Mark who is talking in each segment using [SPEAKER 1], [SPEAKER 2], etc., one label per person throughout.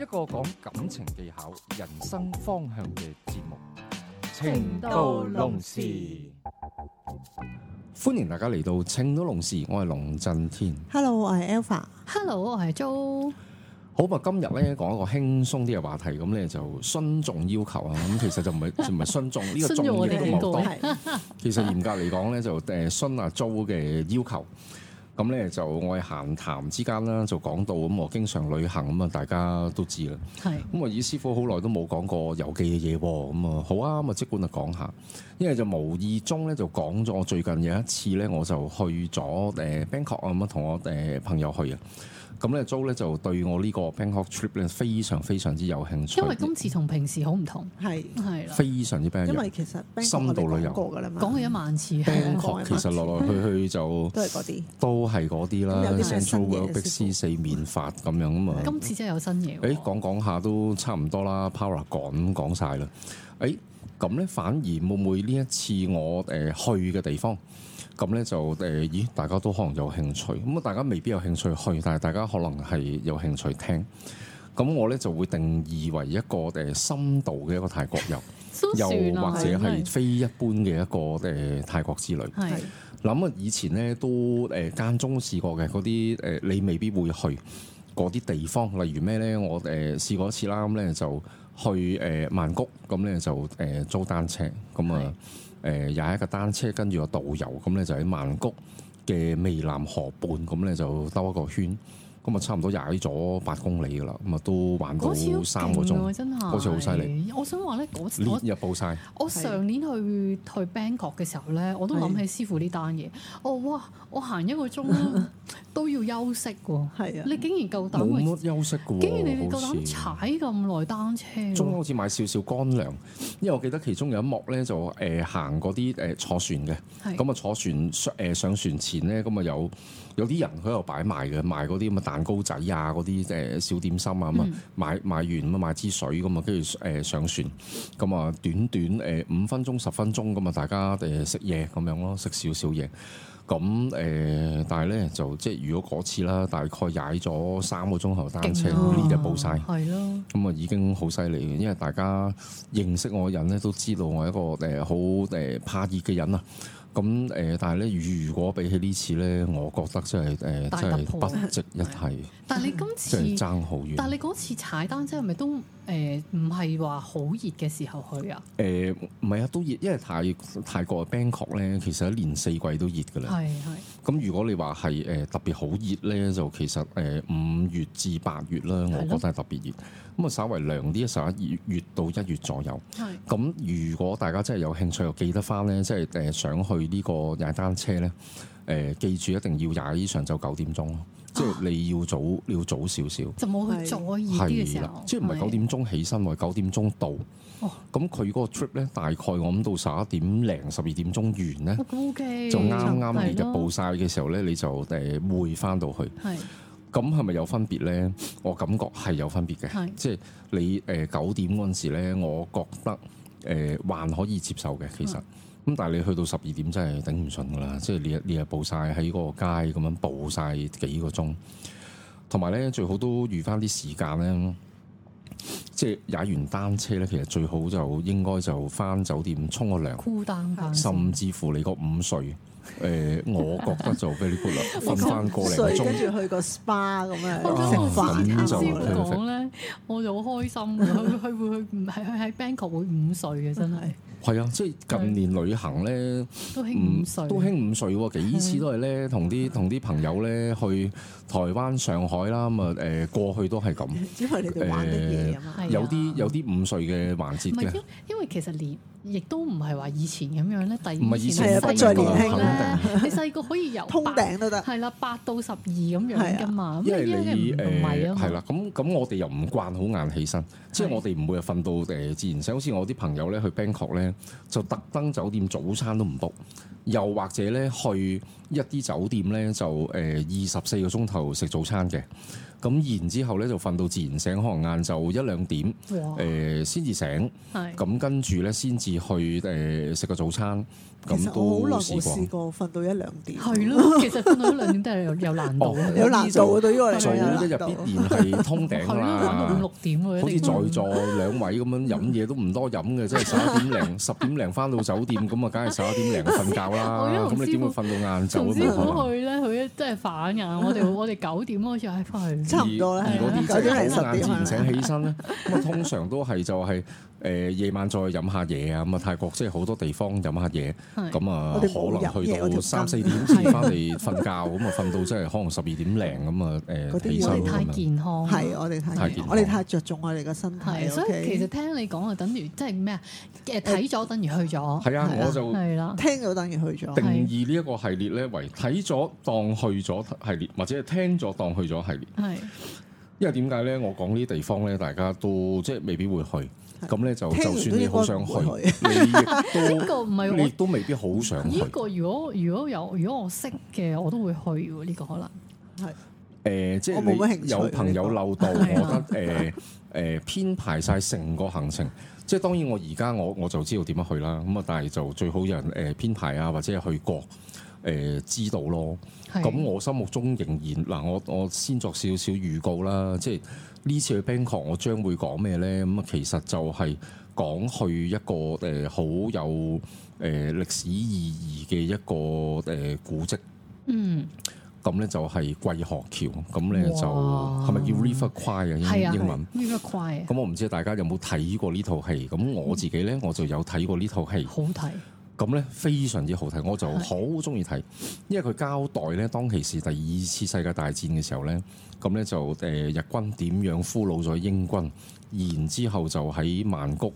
[SPEAKER 1] 一個講感情技巧、人生方向嘅節目《
[SPEAKER 2] 情到濃時》。
[SPEAKER 1] 歡迎大家嚟到《情到濃時》，我係龍震天。
[SPEAKER 3] Hello，我係 Alpha。
[SPEAKER 2] Hello，我係 Jo。
[SPEAKER 1] 好嘛，今日咧講一個輕鬆啲嘅話題，咁咧就詢眾要求啊。咁其實就唔係 就唔係詢眾呢個
[SPEAKER 2] 詢
[SPEAKER 1] 眾
[SPEAKER 2] 咗我
[SPEAKER 1] 亦
[SPEAKER 2] 哋
[SPEAKER 1] 都
[SPEAKER 2] 好
[SPEAKER 1] 冇
[SPEAKER 2] 多
[SPEAKER 1] 多。
[SPEAKER 3] 係
[SPEAKER 1] 其實嚴格嚟講咧，就誒詢阿 Jo 嘅要求，咁咧就我哋閒談之間啦，就講到咁我經常旅行咁啊，大家都知啦。
[SPEAKER 2] 係
[SPEAKER 1] 咁啊，以師傅好耐都冇講過遊記嘅嘢喎，咁啊好啊，咁啊即管就講下，因為就無意中咧就講咗我最近有一次咧，我就去咗誒 Bangkok 啊咁啊，同我誒朋友去啊。咁咧 Jo 咧就對我呢個 Bangkok trip 咧非常非常之有興趣，
[SPEAKER 2] 因為今次同平時好唔同，
[SPEAKER 3] 係，
[SPEAKER 2] 係啦，
[SPEAKER 1] 非常之不一
[SPEAKER 3] 因
[SPEAKER 1] 樣。
[SPEAKER 3] 為其實 b a
[SPEAKER 1] 啊深度旅遊
[SPEAKER 3] 過㗎啦嘛，
[SPEAKER 2] 講佢一萬次，
[SPEAKER 1] Bangkok 其實來來去去就
[SPEAKER 3] 都係嗰啲。
[SPEAKER 1] 都係嗰啲啦
[SPEAKER 3] 咁有啲咩新
[SPEAKER 1] ，Central
[SPEAKER 3] 嘢
[SPEAKER 1] World、Big
[SPEAKER 3] 師傅
[SPEAKER 1] C 四面發咁樣咁啊。
[SPEAKER 2] 今次真係有新
[SPEAKER 1] 誒
[SPEAKER 2] 嘢喎。
[SPEAKER 1] 講講下都差唔多啦，Paragon 講晒啦。誒咁咧，反而會唔會呢一次我誒、呃去嘅地方，咁咧就誒、呃咦，大家都可能有興趣。咁啊，大家未必有興趣去，但係大家可能係有興趣聽。咁我咧就會定義為一個誒、呃深度嘅一個泰國遊，
[SPEAKER 2] 都
[SPEAKER 1] 又
[SPEAKER 2] 算啦
[SPEAKER 1] 或者係
[SPEAKER 2] 係
[SPEAKER 1] 非一般嘅一個誒、呃泰國之旅。
[SPEAKER 2] 係
[SPEAKER 1] 諗啊，以前咧都誒間中試過嘅嗰啲誒，你未必會去嗰啲地方，例如咩咧？我誒、呃、試過一次啦，咁咧就去誒、呃曼谷，咁咧就誒、呃租單車，咁啊誒踩一架單車，跟住個導遊，咁咧就喺曼谷嘅湄南河畔，咁咧就兜一個圈，咁啊差唔多踩咗八公里噶啦，咁啊都玩到
[SPEAKER 2] 嗰次好
[SPEAKER 1] 三個
[SPEAKER 2] 勁
[SPEAKER 1] 鐘
[SPEAKER 2] 喎，，真係
[SPEAKER 1] 嗰次好犀利。
[SPEAKER 2] 我想話咧，嗰次我
[SPEAKER 1] 連日報晒。
[SPEAKER 2] 我上年去去 Bangkok 嘅時候咧，我都諗起師傅呢單嘢。我哇，我行一個鐘 都要休息喎。
[SPEAKER 3] 係啊，
[SPEAKER 2] 你竟然夠
[SPEAKER 1] 冇
[SPEAKER 2] 膽去，
[SPEAKER 1] 乜休息嘅喎，
[SPEAKER 2] 竟然你哋夠
[SPEAKER 1] 好似
[SPEAKER 2] 膽踩咁耐單車喎，
[SPEAKER 1] 中間好似買少少乾糧，因為我記得其中有一幕咧就誒行嗰啲誒坐船嘅，
[SPEAKER 2] 係
[SPEAKER 1] 咁啊坐船上誒上船前咧，咁啊有有啲人佢喺度擺賣嘅，賣嗰啲咁嘅蛋糕仔啊，嗰啲誒小點心啊咁
[SPEAKER 2] 嗯
[SPEAKER 1] 啊，買買完咁啊買支水咁啊，跟住誒上船，咁啊短短誒五分鐘十分鐘咁啊，大家誒食嘢咁樣咯，食少少嘢。咁誒、但係咧就即係如果嗰次啦，大概踩咗三個鐘頭單車，
[SPEAKER 2] 勁
[SPEAKER 1] 呢
[SPEAKER 2] 啊
[SPEAKER 1] 啲就報晒。
[SPEAKER 2] 係咯，
[SPEAKER 1] 咁啊已經好犀利嘅，因為大家認識我嘅人咧都知道我係一個誒好誒怕熱嘅人啊。咁誒、呃但係咧，如果比起呢次咧，我覺得真係誒、呃
[SPEAKER 2] 大
[SPEAKER 1] 真係
[SPEAKER 2] 突破
[SPEAKER 1] 不值一提，
[SPEAKER 2] 但係你
[SPEAKER 1] 真
[SPEAKER 2] 今
[SPEAKER 1] 係
[SPEAKER 2] 次，
[SPEAKER 1] 爭好遠。
[SPEAKER 2] 但係你嗰次踩單車係咪都誒唔係話好熱嘅時候去啊？
[SPEAKER 1] 誒唔係啊，都熱，因為泰泰國嘅 Bangkok 咧，其實一年四季都熱㗎啦。
[SPEAKER 2] 係係
[SPEAKER 1] 咁如果你話係誒特別好熱咧，就其實誒呃五、月至八月啦，我覺得係特別熱。咁啊，稍微涼啲，十一月到一月左右。
[SPEAKER 2] 係
[SPEAKER 1] 咁如果大家真係有興趣，又記得翻咧，即係誒想去呢個踩單車咧，誒、記住一定要踩上晝九點鐘
[SPEAKER 2] 啊
[SPEAKER 1] 咯，即係你要早你要早少少，
[SPEAKER 2] 就冇去
[SPEAKER 3] 係
[SPEAKER 2] 再熱啲嘅時候，
[SPEAKER 1] 即係唔係九點鐘起身，或者九點鐘到。
[SPEAKER 2] 哦
[SPEAKER 1] 咁佢嗰個 trip 咧，大概我諗到十一點零十二點鐘完咧，
[SPEAKER 2] ？O K，
[SPEAKER 1] 就啱啱你
[SPEAKER 2] 係
[SPEAKER 1] 就
[SPEAKER 2] 咯
[SPEAKER 1] 報晒嘅時候咧，你就誒會翻到去。
[SPEAKER 2] 係
[SPEAKER 1] 咁係咪有分別咧？我感覺係有分別
[SPEAKER 2] 係
[SPEAKER 1] 嘅，即係你誒九點嗰陣時咧，我覺得誒、呃、還可以接受嘅，其
[SPEAKER 3] 嗯
[SPEAKER 1] 實。咁但係你去到十二點真係頂唔順㗎啦，即係你日你日步晒喺個街咁樣步晒幾個鐘，同埋咧最好都預翻啲時間咧，即係踩完單車咧，其實最好就應該就翻酒店沖個涼，
[SPEAKER 2] 孤單翻先，
[SPEAKER 1] 甚至乎你個午睡，誒、呃我覺得就 very good 啦，瞓翻個零
[SPEAKER 3] 睡
[SPEAKER 1] 鐘
[SPEAKER 3] 跟。住去個 SPA 咁樣
[SPEAKER 1] 啊
[SPEAKER 2] 我覺得
[SPEAKER 3] 食
[SPEAKER 2] 我
[SPEAKER 1] 咁
[SPEAKER 2] 先啱
[SPEAKER 3] 飯
[SPEAKER 1] 就
[SPEAKER 2] 先
[SPEAKER 1] perfect
[SPEAKER 2] 啊講咧，我就好開心㗎。佢佢會去唔係佢喺 Bangkok 會午睡嘅，真係
[SPEAKER 1] 係啊，即係近年旅行咧。
[SPEAKER 2] 都興
[SPEAKER 1] 五
[SPEAKER 2] 五歲，
[SPEAKER 1] 都興五歲喎，幾次都係咧，同啲同啲朋友咧去台灣、上海啦，咁啊誒過去都係咁，
[SPEAKER 3] 因為你哋玩嘅嘢啊嘛。
[SPEAKER 2] 係啊
[SPEAKER 1] 有啲有啲五歲嘅環節
[SPEAKER 2] 唔係
[SPEAKER 1] 嘅
[SPEAKER 2] 因，因為其實年亦都唔係話以前咁樣咧，第
[SPEAKER 1] 唔係以前
[SPEAKER 2] 你
[SPEAKER 3] 係啊不再
[SPEAKER 2] 細個
[SPEAKER 3] 年輕
[SPEAKER 1] 啦
[SPEAKER 2] 咧，你細個可以由
[SPEAKER 3] 通
[SPEAKER 2] 八
[SPEAKER 3] 頂都得
[SPEAKER 2] 係啦，八到十二咁樣
[SPEAKER 3] 係
[SPEAKER 2] 噶
[SPEAKER 3] 啊
[SPEAKER 2] 嘛，
[SPEAKER 1] 因
[SPEAKER 2] 咁
[SPEAKER 1] 為
[SPEAKER 2] 你
[SPEAKER 1] 你
[SPEAKER 2] 依家嘅唔係
[SPEAKER 1] 誒
[SPEAKER 2] 啊
[SPEAKER 1] 係
[SPEAKER 2] 嘛，
[SPEAKER 1] 啦，咁咁我哋又唔慣好晏起身，即係
[SPEAKER 2] 係
[SPEAKER 1] 我哋唔會瞓到誒自然醒。好似我啲朋友咧去 Bangkok 咧，就特登酒店早餐都唔 book，又或者咧去一啲酒店咧就誒二十四個鐘頭食早餐嘅，咁然之後咧就瞓到自然醒，可能晏晝一兩點。
[SPEAKER 2] 哇，
[SPEAKER 1] 誒先至醒，
[SPEAKER 2] 係
[SPEAKER 1] 咁跟住咧先至去誒食個早餐，
[SPEAKER 3] 其
[SPEAKER 1] 咁
[SPEAKER 3] 實我好
[SPEAKER 1] 都
[SPEAKER 3] 耐冇
[SPEAKER 1] 試
[SPEAKER 3] 試
[SPEAKER 1] 過。
[SPEAKER 3] 過瞓到一兩點，
[SPEAKER 2] 係咯，其實瞓到兩點都係有有難度
[SPEAKER 1] 哦
[SPEAKER 2] 嘅，
[SPEAKER 3] 有難度啊！對於我嚟
[SPEAKER 1] 早
[SPEAKER 3] 講有
[SPEAKER 1] 一
[SPEAKER 3] 難
[SPEAKER 1] 日
[SPEAKER 3] 度。
[SPEAKER 1] 必然係通
[SPEAKER 2] 係
[SPEAKER 1] 頂
[SPEAKER 2] 咯，玩到五
[SPEAKER 1] 啦
[SPEAKER 2] 六，點喎，
[SPEAKER 1] 好似
[SPEAKER 2] 一定
[SPEAKER 1] 在座兩位咁樣飲嘢都唔多飲嘅，即係十一點零、十點零翻到酒店，咁啊，梗係十一點零瞓覺
[SPEAKER 2] 我一
[SPEAKER 1] 啦。
[SPEAKER 2] 路
[SPEAKER 1] 咁你點會
[SPEAKER 2] 師
[SPEAKER 1] 瞓到晏晝
[SPEAKER 2] 同
[SPEAKER 1] 啊？
[SPEAKER 2] 師
[SPEAKER 1] 冇可
[SPEAKER 2] 傅
[SPEAKER 1] 能。
[SPEAKER 2] 去咧，佢真係反眼。 我哋我哋九點開始喺翻去，
[SPEAKER 3] 差唔多啦
[SPEAKER 1] 而而嗰啲
[SPEAKER 3] 係啊
[SPEAKER 1] 即係
[SPEAKER 3] 九
[SPEAKER 1] 好
[SPEAKER 3] 點
[SPEAKER 1] 晏
[SPEAKER 3] 零
[SPEAKER 1] 自然
[SPEAKER 3] 十點
[SPEAKER 1] 醒起身咧，咁啊通常都係就係誒夜晚再飲下嘢啊，咁啊泰國即係好多地方飲下嘢。
[SPEAKER 2] 係
[SPEAKER 1] 咁啊，
[SPEAKER 3] 我哋冇
[SPEAKER 1] 可能
[SPEAKER 3] 入夜嗰
[SPEAKER 1] 去到
[SPEAKER 3] 條筋
[SPEAKER 1] 三四點先翻嚟瞓 覺，咁啊瞓到真係可能十二點零咁啊誒
[SPEAKER 3] 嗰啲
[SPEAKER 1] 起
[SPEAKER 2] 我
[SPEAKER 1] 身
[SPEAKER 2] 哋太
[SPEAKER 1] 咁樣。啊
[SPEAKER 2] 健康啦，
[SPEAKER 3] 係我哋
[SPEAKER 1] 太
[SPEAKER 3] 太
[SPEAKER 1] 健康
[SPEAKER 3] 我哋太着重我哋嘅身體。
[SPEAKER 2] 係，所
[SPEAKER 3] OK？
[SPEAKER 2] 以其實聽你講就等於即係咩啊？誒睇咗等於去咗，
[SPEAKER 1] 係啊，
[SPEAKER 3] 係啊
[SPEAKER 1] 我就
[SPEAKER 2] 係啦，
[SPEAKER 3] 聽咗等於去咗。
[SPEAKER 1] 定義呢一個系列咧為睇咗當去咗系列，或者係聽咗當去咗系列。
[SPEAKER 2] 係
[SPEAKER 1] 因為點解咧？我講呢啲地方咧，大家都即係未必會去。咁咧就
[SPEAKER 3] 聽
[SPEAKER 1] 就
[SPEAKER 3] 完
[SPEAKER 1] 算
[SPEAKER 3] 都
[SPEAKER 1] 你
[SPEAKER 3] 應該
[SPEAKER 1] 好想
[SPEAKER 3] 唔
[SPEAKER 1] 去，你亦都你
[SPEAKER 2] 呢個唔係
[SPEAKER 3] 會
[SPEAKER 1] 亦
[SPEAKER 2] 我。
[SPEAKER 1] 都未必好想去
[SPEAKER 2] 呢。個如果如果有如果我識嘅，我都會去喎。呢個可能
[SPEAKER 1] 誒，呃即
[SPEAKER 3] 我冇乜
[SPEAKER 1] 係
[SPEAKER 3] 興
[SPEAKER 1] 你
[SPEAKER 3] 趣
[SPEAKER 1] 有朋友 漏到，我
[SPEAKER 3] 啊
[SPEAKER 2] 呢個
[SPEAKER 1] 覺得誒誒編排晒成個行程。即係當然，我而家我我就知道點樣去啦。咁啊，但係就最好有人誒編排啊，或者係去過誒知道咯。
[SPEAKER 2] 係
[SPEAKER 1] 咁我心目中仍然嗱，我我先作少少預告啦，即係呢次去 Bangkok 我將會講咩咧？咁啊，其實就係講去一個誒好有誒歷史意義嘅一個誒古蹟。
[SPEAKER 2] 嗯
[SPEAKER 1] 咁咧就係桂河橋，咁咧就
[SPEAKER 2] 哇
[SPEAKER 1] 係咪叫 River Kwai 啊？
[SPEAKER 2] 係啊
[SPEAKER 1] 英英文。
[SPEAKER 2] 呢個快啊，
[SPEAKER 1] 咁我唔知大家有冇睇過呢套戲，咁我自己
[SPEAKER 2] 嗯
[SPEAKER 1] 咧我就有睇過呢套戲，
[SPEAKER 2] 好睇
[SPEAKER 1] 咁咧非常之好睇，我就
[SPEAKER 2] 係
[SPEAKER 1] 好中意睇，因為佢交代咧當其時第二次世界大戰嘅時候咧，咁咧就誒日軍點樣俘虜咗英軍，然之後就喺曼谷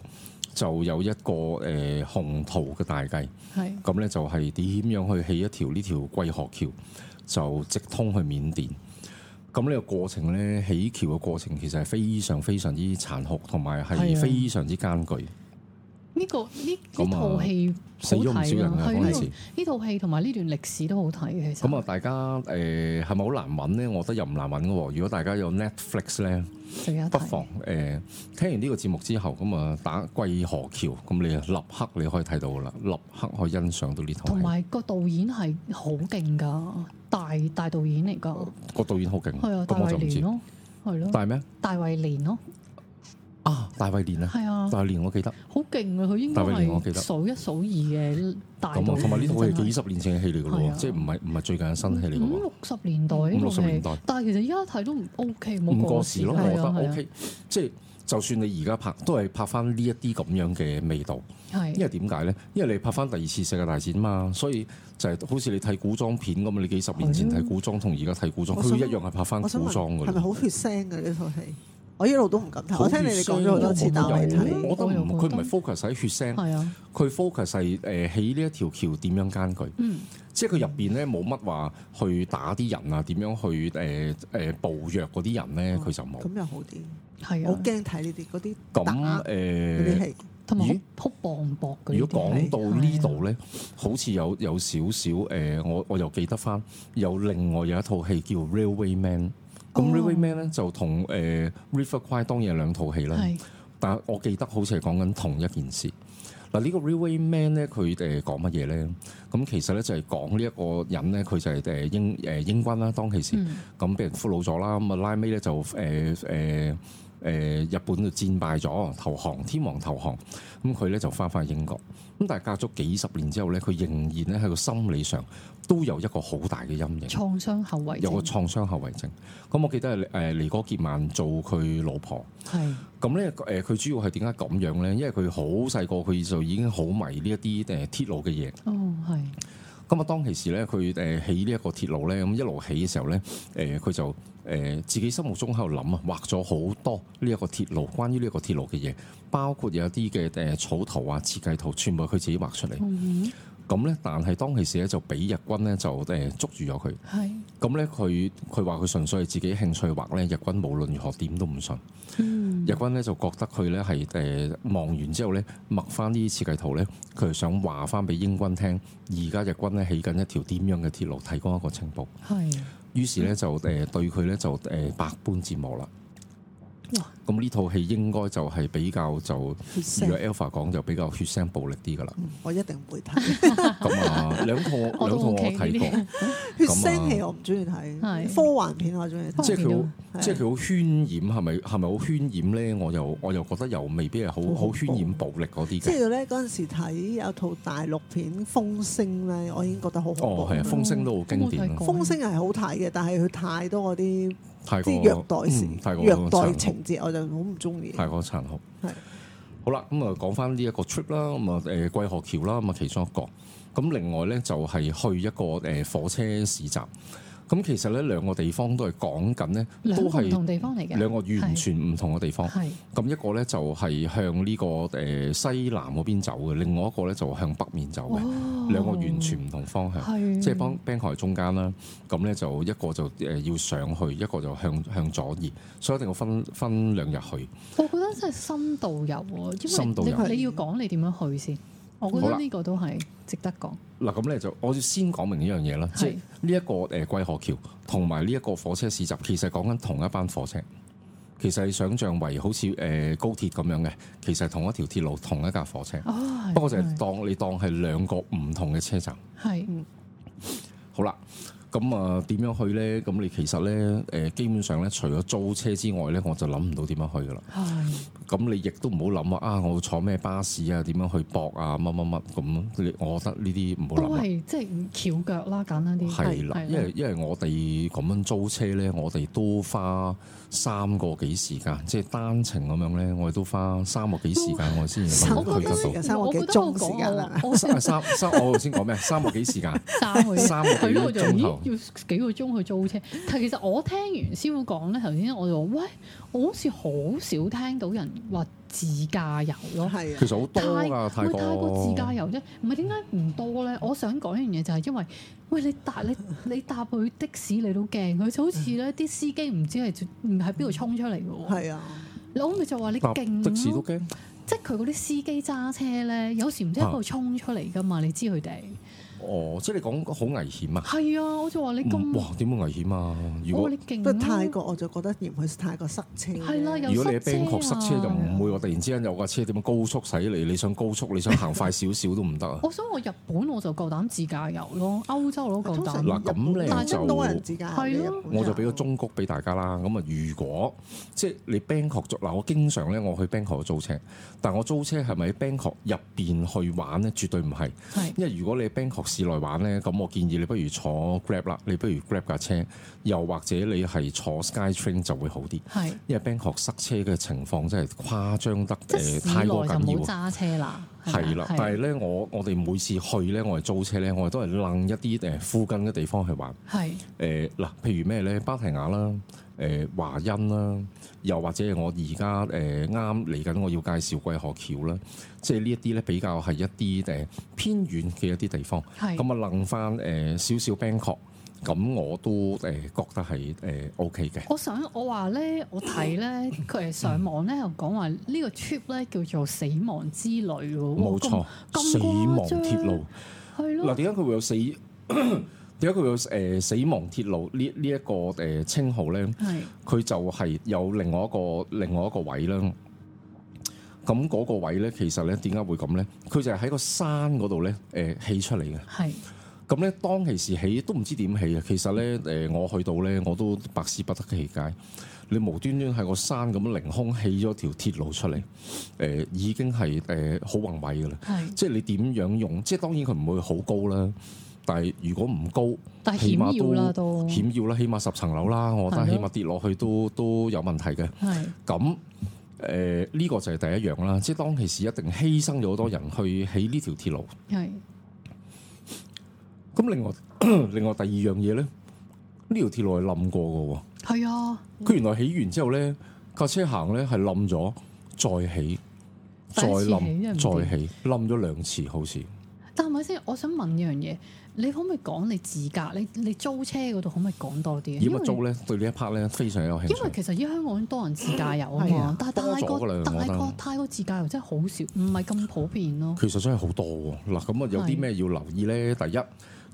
[SPEAKER 1] 就有一個誒宏圖嘅大計。
[SPEAKER 2] 係
[SPEAKER 1] 咁咧就係點樣去起一條呢條桂河橋，就直通去緬甸。咁呢個過程咧，起橋嘅過程其實係非常非常之殘酷，同埋
[SPEAKER 2] 係
[SPEAKER 1] 係
[SPEAKER 2] 啊
[SPEAKER 1] 非常之艱巨，
[SPEAKER 2] 呢個呢呢
[SPEAKER 1] 咁啊
[SPEAKER 2] 套戲
[SPEAKER 1] 死咗唔少人啊
[SPEAKER 2] 好睇
[SPEAKER 1] 嗰
[SPEAKER 2] 咯
[SPEAKER 1] 陣
[SPEAKER 2] 係
[SPEAKER 1] 時
[SPEAKER 2] 啊。呢套戲同埋呢段歷史都好睇嘅，其實
[SPEAKER 1] 咁啊，大家誒係咪好難揾咧？我覺得又唔難揾嘅喎。如果大家有 Netflix 咧，
[SPEAKER 2] 就有
[SPEAKER 1] 不
[SPEAKER 2] 得睇
[SPEAKER 1] 妨誒、呃聽完呢個節目之後，咁啊打桂河橋，咁你啊立刻你可以睇到噶啦，立刻可以欣賞到呢套
[SPEAKER 2] 同
[SPEAKER 1] 戲。
[SPEAKER 2] 埋個導演係好勁㗎，大大導演嚟㗎，
[SPEAKER 1] 個導演好勁，
[SPEAKER 2] 係啊，大
[SPEAKER 1] 哦咁我就
[SPEAKER 2] 衛
[SPEAKER 1] 唔
[SPEAKER 2] 連
[SPEAKER 1] 知。
[SPEAKER 2] 咯，係咯，
[SPEAKER 1] 但係咩
[SPEAKER 2] 大衛連咯，
[SPEAKER 1] 啊？大衛連啊，
[SPEAKER 2] 係啊，
[SPEAKER 1] 大衛連我記得。
[SPEAKER 2] 好勁啊！佢應該
[SPEAKER 1] 大衛連我記
[SPEAKER 2] 係
[SPEAKER 1] 得
[SPEAKER 2] 數一數二嘅大導
[SPEAKER 1] 咁
[SPEAKER 2] 演
[SPEAKER 1] 啊，同埋呢套戲
[SPEAKER 2] 真係
[SPEAKER 1] 幾十年前嘅戲嚟嘅
[SPEAKER 2] 係
[SPEAKER 1] 咯
[SPEAKER 2] 啊
[SPEAKER 1] 喎，即係唔係唔係最近嘅新戲嚟嘅
[SPEAKER 2] 五
[SPEAKER 1] 喎。
[SPEAKER 2] 六十年代
[SPEAKER 1] 五
[SPEAKER 2] 呢
[SPEAKER 1] 六
[SPEAKER 2] 套
[SPEAKER 1] 十年代
[SPEAKER 2] 戲，但係其實依家睇都唔 OK，冇
[SPEAKER 1] 唔過
[SPEAKER 2] 過
[SPEAKER 1] 時咯，
[SPEAKER 2] 係啊
[SPEAKER 1] 我覺得
[SPEAKER 2] 係啊
[SPEAKER 1] OK。即係就算你而家拍，都係拍翻呢一啲咁樣嘅味道。因
[SPEAKER 2] 係啊
[SPEAKER 1] 為點解咧？因為你拍翻第二次世界大戰嘛，所以就係好似你睇古裝片咁，你幾十年前
[SPEAKER 2] 係啊
[SPEAKER 1] 睇古裝同而家睇古裝，
[SPEAKER 3] 我
[SPEAKER 1] 佢
[SPEAKER 3] 想
[SPEAKER 1] 一樣係拍翻古
[SPEAKER 3] 我想問
[SPEAKER 1] 裝㗎
[SPEAKER 3] 係咪
[SPEAKER 1] 啦。
[SPEAKER 3] 好血腥嘅呢套戲？我一路都唔敢睇，
[SPEAKER 1] 好
[SPEAKER 3] 我聽你哋講咗好多次，
[SPEAKER 1] 血腥
[SPEAKER 3] 但我未睇。
[SPEAKER 1] 我覺得
[SPEAKER 2] 我又
[SPEAKER 1] 唔，
[SPEAKER 2] 覺得
[SPEAKER 1] 佢唔係 focus 喺血腥，
[SPEAKER 2] 係啊，
[SPEAKER 1] 佢 focus 係誒起呢一條橋點樣艱巨。
[SPEAKER 2] 嗯，
[SPEAKER 1] 即係佢入邊咧冇乜話去打啲人啊，點樣去誒誒暴虐嗰啲人咧，佢就冇。
[SPEAKER 3] 哦咁又好啲，
[SPEAKER 2] 係
[SPEAKER 3] 我
[SPEAKER 2] 啊
[SPEAKER 3] 好，驚睇呢啲嗰啲
[SPEAKER 1] 咁
[SPEAKER 3] 打嗰啲
[SPEAKER 1] 誒，
[SPEAKER 3] 戲。
[SPEAKER 2] 同埋好
[SPEAKER 1] 咦
[SPEAKER 2] 好磅礴嘅呢啲。
[SPEAKER 1] 如果講到呢
[SPEAKER 2] 係啊，
[SPEAKER 1] 度咧，好似有有少少誒，我我又記得翻有另外有一套戲叫《Railway Man》。咁《
[SPEAKER 2] 哦
[SPEAKER 1] Railway Man》咧就同誒《River Kwai》當然係兩套戲啦，
[SPEAKER 2] 係
[SPEAKER 1] 但係我記得好似係講緊同一件事。嗱，呢個《Railway Man》咧，佢誒講乜嘢咧？咁其實咧就係講呢一個人咧，佢就係呃誒英誒英軍啦，當其時。
[SPEAKER 2] 嗯
[SPEAKER 1] 呃咁俾人俘虜咗啦，咁啊拉尾咧就誒誒日本就戰敗咗，投降，天皇投降，咁佢咧就翻返去英國。咁但係隔咗幾十年之後咧，佢仍然咧喺個心理上都有一個好大嘅陰影。
[SPEAKER 2] 創傷後遺
[SPEAKER 1] 有個
[SPEAKER 2] 症，
[SPEAKER 1] 創傷後遺症。咁我記得係誒尼哥傑曼做佢老婆，
[SPEAKER 2] 係
[SPEAKER 1] 咁咧誒佢主要係點解咁樣咧？因為佢好細個，佢就已經好迷呢一啲誒鐵路嘅嘢。
[SPEAKER 2] 哦係
[SPEAKER 1] 咁啊，當其時咧，佢誒起呢一個鐵路咧，咁一路起嘅時候咧，誒佢就誒自己心目中喺度諗啊，畫咗好多呢一個鐵路，關於呢一個鐵路嘅嘢，包括有一啲嘅誒草圖啊、設計圖，全部係佢自己畫出嚟。
[SPEAKER 2] 嗯
[SPEAKER 1] 咁咧，但係當其時咧就俾日軍咧就誒捉住咗佢。
[SPEAKER 2] 係
[SPEAKER 1] 咁咧，佢佢話佢純粹係自己興趣畫咧，日軍無論如何點都唔信。
[SPEAKER 2] 嗯
[SPEAKER 1] 日軍咧就覺得佢咧係誒望完之後咧，默翻呢啲設計圖咧，佢係想話翻俾英軍聽，而家日軍咧起緊一條點樣嘅鐵路，提供一個情報。
[SPEAKER 2] 係
[SPEAKER 1] 於是
[SPEAKER 2] 嗯
[SPEAKER 1] 咧就誒、呃、對佢咧就誒、呃百般折磨啦
[SPEAKER 2] 哇。
[SPEAKER 1] 咁呢套戲應該就係比較就，如
[SPEAKER 3] 血腥，嗯
[SPEAKER 1] 果 Alpha 講就比較血腥暴力啲噶 啦。
[SPEAKER 3] 我一定唔會睇。
[SPEAKER 1] 咁啊，兩套兩
[SPEAKER 2] 我都
[SPEAKER 1] 套我
[SPEAKER 2] OK
[SPEAKER 1] 睇過。
[SPEAKER 3] 血腥戲我唔中意睇，
[SPEAKER 2] 係哦
[SPEAKER 3] 科幻片我中意睇。
[SPEAKER 1] 即係佢
[SPEAKER 3] 哦係
[SPEAKER 1] 好，即係佢好渲染，係咪係咪好渲染咧？我又我又覺得又未必係好
[SPEAKER 3] 好
[SPEAKER 1] 好
[SPEAKER 3] 恐怖
[SPEAKER 1] 渲染暴力嗰啲
[SPEAKER 3] 即
[SPEAKER 1] 嘅。哦
[SPEAKER 3] 係咧嗰陣時睇有套大陸片《風聲》咧，我已經覺得好恐
[SPEAKER 1] 哦
[SPEAKER 3] 怖，。
[SPEAKER 1] 係啊，風聲都好經典
[SPEAKER 2] 我冇睇
[SPEAKER 1] 啊
[SPEAKER 2] 過
[SPEAKER 3] 風聲係好睇嘅，但係佢太多嗰啲
[SPEAKER 1] 太過
[SPEAKER 3] 即係虐待事、
[SPEAKER 1] 嗯太過
[SPEAKER 3] 虐待
[SPEAKER 1] 殘酷
[SPEAKER 3] 情節，我就好唔中意。
[SPEAKER 1] 太過殘酷。
[SPEAKER 3] 係
[SPEAKER 1] 好啦，咁啊講翻呢一個 trip 啦，咁啊誒桂河橋啦，咁啊其中一個。咁另外咧就係去一個誒火車市集。咁其實咧兩個地方都係講緊咧，
[SPEAKER 2] 兩
[SPEAKER 1] 都
[SPEAKER 2] 個唔同
[SPEAKER 1] 係
[SPEAKER 2] 地方嚟嘅，
[SPEAKER 1] 兩個完全唔同嘅地方。
[SPEAKER 2] 係
[SPEAKER 1] 咁一個咧就係向呢個誒西南嗰邊走嘅，另外一個咧就向北面走嘅。
[SPEAKER 2] 哦
[SPEAKER 1] 兩個完全唔同方向，
[SPEAKER 2] 係
[SPEAKER 1] 即係幫 b a n k 中間啦。咁咧就一個就誒要上去，一個就向向左移，所以一定要分分兩日去。
[SPEAKER 2] 我覺得真係深度遊喎，
[SPEAKER 1] 深度
[SPEAKER 2] 因
[SPEAKER 1] 遊
[SPEAKER 2] 為你你要講你點樣去先，我覺
[SPEAKER 1] 好啦
[SPEAKER 2] 得呢個都係值得講。
[SPEAKER 1] 嗱咁咧就我要先講明呢樣嘢啦，即係
[SPEAKER 2] 係
[SPEAKER 1] 呢一個誒桂河橋同埋呢一個火車市集，其實講緊同一班火車。其實你想象為好似誒、呃高鐵咁樣嘅，其實係同一條鐵路同一架火車，
[SPEAKER 2] 哦，係
[SPEAKER 1] 不過就係
[SPEAKER 2] 係
[SPEAKER 1] 當你當係兩個唔同嘅車站。
[SPEAKER 2] 係
[SPEAKER 1] 好啦，咁啊點樣去呢？咁你其實呢，誒、呃基本上呢，除咗租車之外呢，我就諗唔到點樣去噶啦。
[SPEAKER 2] 係
[SPEAKER 1] 咁你亦都唔好諗啊，啊我坐咩巴士啊，點樣去駁啊，乜乜乜咁。你我覺得呢啲唔
[SPEAKER 2] 都
[SPEAKER 1] 好諗啦。啊
[SPEAKER 2] 係即係翹腳啦，簡單啲
[SPEAKER 1] 係啦，因為因為我哋咁樣租車呢，我哋都花三個幾時間，即係單程咁樣呢，我哋都花三個幾時間，我先至
[SPEAKER 3] 三
[SPEAKER 1] 能
[SPEAKER 3] 個
[SPEAKER 1] 夠
[SPEAKER 3] 幾
[SPEAKER 1] 去
[SPEAKER 3] 時
[SPEAKER 1] 得到。
[SPEAKER 3] 間生活
[SPEAKER 2] 我
[SPEAKER 3] 幾
[SPEAKER 2] 覺得
[SPEAKER 3] 中
[SPEAKER 2] 我
[SPEAKER 3] 時間啦
[SPEAKER 2] 講我我
[SPEAKER 1] 三三三，我頭先講咩？三個幾時間？
[SPEAKER 2] 三個鐘
[SPEAKER 1] 三個幾
[SPEAKER 2] 佢嗰個就
[SPEAKER 1] 鐘
[SPEAKER 2] 咦
[SPEAKER 1] 頭
[SPEAKER 2] 要幾個鐘去租車。但其實我聽完師傅講咧，頭先我就話喂，我好似好少聽到人話自駕遊咯。
[SPEAKER 3] 係啊
[SPEAKER 1] 其，實好多㗎，泰
[SPEAKER 2] 喂泰國
[SPEAKER 1] 國
[SPEAKER 2] 自駕遊啫，唔係點解唔多咧？我想講一樣嘢就係因為，喂你搭你你搭去的士你都驚，佢就好似咧啲司機唔知係唔喺邊度衝出嚟嘅喎。
[SPEAKER 3] 係啊。
[SPEAKER 2] 我咪就話你
[SPEAKER 1] 搭
[SPEAKER 2] 勁啊
[SPEAKER 1] 的士都
[SPEAKER 2] 咯，
[SPEAKER 1] 驚。
[SPEAKER 2] 即係佢嗰啲司機揸車咧，有時唔知喺度衝出嚟噶嘛，你知佢哋
[SPEAKER 1] 哦，即係你講好危險啊！
[SPEAKER 2] 係啊，我就話你
[SPEAKER 1] 嗯
[SPEAKER 2] 咁，
[SPEAKER 1] 哇，點會危險啊？如
[SPEAKER 2] 我話
[SPEAKER 1] 果
[SPEAKER 2] 你勁
[SPEAKER 3] 不過泰
[SPEAKER 2] 咯，
[SPEAKER 3] 國我就覺得嫌佢泰國塞車。
[SPEAKER 2] 係啦，
[SPEAKER 1] 如
[SPEAKER 2] 又
[SPEAKER 1] 果你喺
[SPEAKER 2] 塞
[SPEAKER 1] Bangkok 塞車就
[SPEAKER 2] 車啊
[SPEAKER 1] 唔。會話突然之間有架車點樣高速駛嚟，你想高速你想行快少少都唔得啊！
[SPEAKER 2] 我想我日本我就夠膽自駕遊咯，歐洲我都夠
[SPEAKER 3] 通常
[SPEAKER 2] 膽。
[SPEAKER 1] 嗱咁咧
[SPEAKER 3] 但係
[SPEAKER 1] 就
[SPEAKER 3] 多人自駕嘅
[SPEAKER 2] 啊係咯
[SPEAKER 3] 日本
[SPEAKER 1] 我就俾個忠告俾大家啦。咁啊，如果即係你 Bangkok 租嗱，我經常咧我去 Bangkok 租車，但我租車係咪喺 Bangkok 入邊去玩咧？絕對唔係，
[SPEAKER 2] 係
[SPEAKER 1] 因為如果你喺 Bangkok 市內玩咧，咁我建議你不如坐 Grab 啦，你不如 Grab 架車，又或者你係坐 SkyTrain 就會好啲。
[SPEAKER 2] 係。
[SPEAKER 1] 因為 Bangkok 塞車嘅情況真係誇張得
[SPEAKER 2] 即係
[SPEAKER 1] 誒
[SPEAKER 2] 市內
[SPEAKER 1] 太
[SPEAKER 2] 就
[SPEAKER 1] 過緊
[SPEAKER 2] 冇
[SPEAKER 1] 要啊。
[SPEAKER 2] 揸車啦，啊
[SPEAKER 1] 係啦，但係咧，我我哋每次去咧，我哋租車咧，我哋都係楞一啲誒附近嘅地方去玩。
[SPEAKER 2] 係
[SPEAKER 1] 誒嗱，譬如咩咧，芭提雅啦，誒華欣啦，又或者係我而家誒啱嚟緊，我要介紹桂河橋啦，即係呢一啲咧比較係一啲誒偏遠嘅一啲地方。
[SPEAKER 2] 係
[SPEAKER 1] 咁啊，楞翻誒少少 Bangkok，咁我都誒覺得係誒 OK 嘅。
[SPEAKER 2] 我想我話咧，我 睇咧，佢係上網咧又講話呢個 trip 咧叫做死亡之旅喎，
[SPEAKER 1] 冇
[SPEAKER 2] 哇
[SPEAKER 1] 錯，
[SPEAKER 2] 咁
[SPEAKER 1] 死亡鐵路。
[SPEAKER 2] 咁係
[SPEAKER 1] 嗱，
[SPEAKER 2] 咯，
[SPEAKER 1] 點解佢會有死？ 點解佢會有誒、呃死亡鐵路呢？呢、一個誒、呃、稱號咧，
[SPEAKER 2] 係
[SPEAKER 1] 佢就係有另外一個另外一個位啦。咁嗰個位咧，其實咧點解會咁咧？佢就係喺個山嗰度咧誒起出嚟嘅。
[SPEAKER 2] 係
[SPEAKER 1] 咁咧當其時起都唔知點起嘅。其實咧誒、呃我去到咧我都百思不得其解。你無端端喺個山咁凌空起咗條鐵路出嚟，誒、已經係誒好宏偉嘅啦。
[SPEAKER 2] 係，
[SPEAKER 1] 即係你點樣用？即係當然佢唔會好高啦，但係如果唔高，
[SPEAKER 2] 但係
[SPEAKER 1] 起碼
[SPEAKER 2] 險要啦
[SPEAKER 1] 都
[SPEAKER 2] 都
[SPEAKER 1] 險要啦，起碼十層樓啦，我覺得
[SPEAKER 2] 嗯係
[SPEAKER 1] 起
[SPEAKER 2] 咯
[SPEAKER 1] 碼跌落去都都有問題嘅。
[SPEAKER 2] 係
[SPEAKER 1] 咁誒呢個就係第一樣啦，即係當其時一定犧牲咗好多人去起呢條鐵路。
[SPEAKER 2] 係
[SPEAKER 1] 咁另外 另外第二樣嘢咧，呢條鐵路係冧過嘅喎。
[SPEAKER 2] 係啊，
[SPEAKER 1] 佢原來起完之後咧，架車行咧係冧咗，再起，再
[SPEAKER 2] 第一次起真
[SPEAKER 1] 冧，
[SPEAKER 2] 係唔掂
[SPEAKER 1] 再起，冧咗兩次好似。
[SPEAKER 2] 但係咪先？我想問一樣嘢，你可唔可以講你自駕？你你租車嗰度可唔可以講多啲啊？因
[SPEAKER 1] 而
[SPEAKER 2] 為
[SPEAKER 1] 物租咧對呢一 part 咧非常有興
[SPEAKER 2] 因
[SPEAKER 1] 趣。
[SPEAKER 2] 為其實依香港多人自駕遊啊
[SPEAKER 3] 係
[SPEAKER 2] 嘛
[SPEAKER 3] 啊，
[SPEAKER 2] 但係泰
[SPEAKER 1] 多咗㗎啦我覺
[SPEAKER 2] 國泰
[SPEAKER 1] 得
[SPEAKER 2] 國泰國自駕遊真係好少，唔係咁普遍咯。
[SPEAKER 1] 其實真係好多喎。嗱，咁啊有啲
[SPEAKER 2] 係
[SPEAKER 1] 咩要留意咧？第一，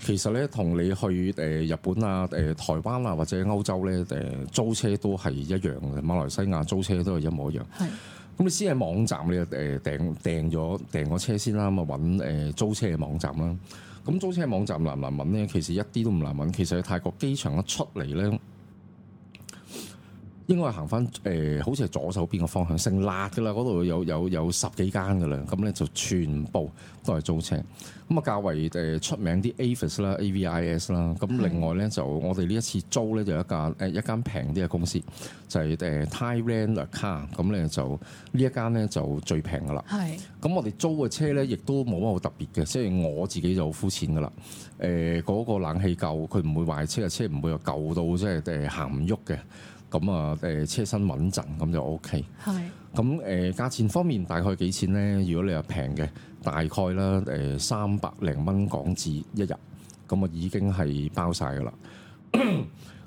[SPEAKER 1] 其實咧同你去誒、日本啊、誒、台灣啊或者歐洲咧誒、租車都係一樣嘅，馬來西亞租車都係一模一樣。
[SPEAKER 2] 係
[SPEAKER 1] 咁你先喺網站你就誒訂訂咗訂個車先啦，咁啊揾誒租車嘅網站啦。咁租車嘅網站難唔難揾咧？其實一啲都唔難揾。其實喺泰國機場一出嚟咧，應該係行翻誒，好似係左手邊嘅方向，成辣噶啦，嗰度有有有十幾間噶啦。咁咧就全部都係租車。咁啊較為誒出名啲 Avis 啦、AVIS 啦。咁另外咧就我哋呢一次租咧就有一架誒一間平啲嘅公司，就係誒 Thailand Car。咁咧就呢一間咧就最平噶啦。
[SPEAKER 2] 係
[SPEAKER 1] 咁我哋租嘅車咧，亦都冇乜好特別嘅，即係我自己就好膚淺噶啦。誒、嗰、個冷氣舊，佢唔會壞車，車唔會話舊到即係誒行唔喐嘅。咁啊誒車身穩陣，咁就 O K。
[SPEAKER 2] 係
[SPEAKER 1] 咁誒、價錢方面大概幾錢咧？如果你話平嘅，大概啦誒三百零蚊港紙一日，咁啊已經係包晒噶啦。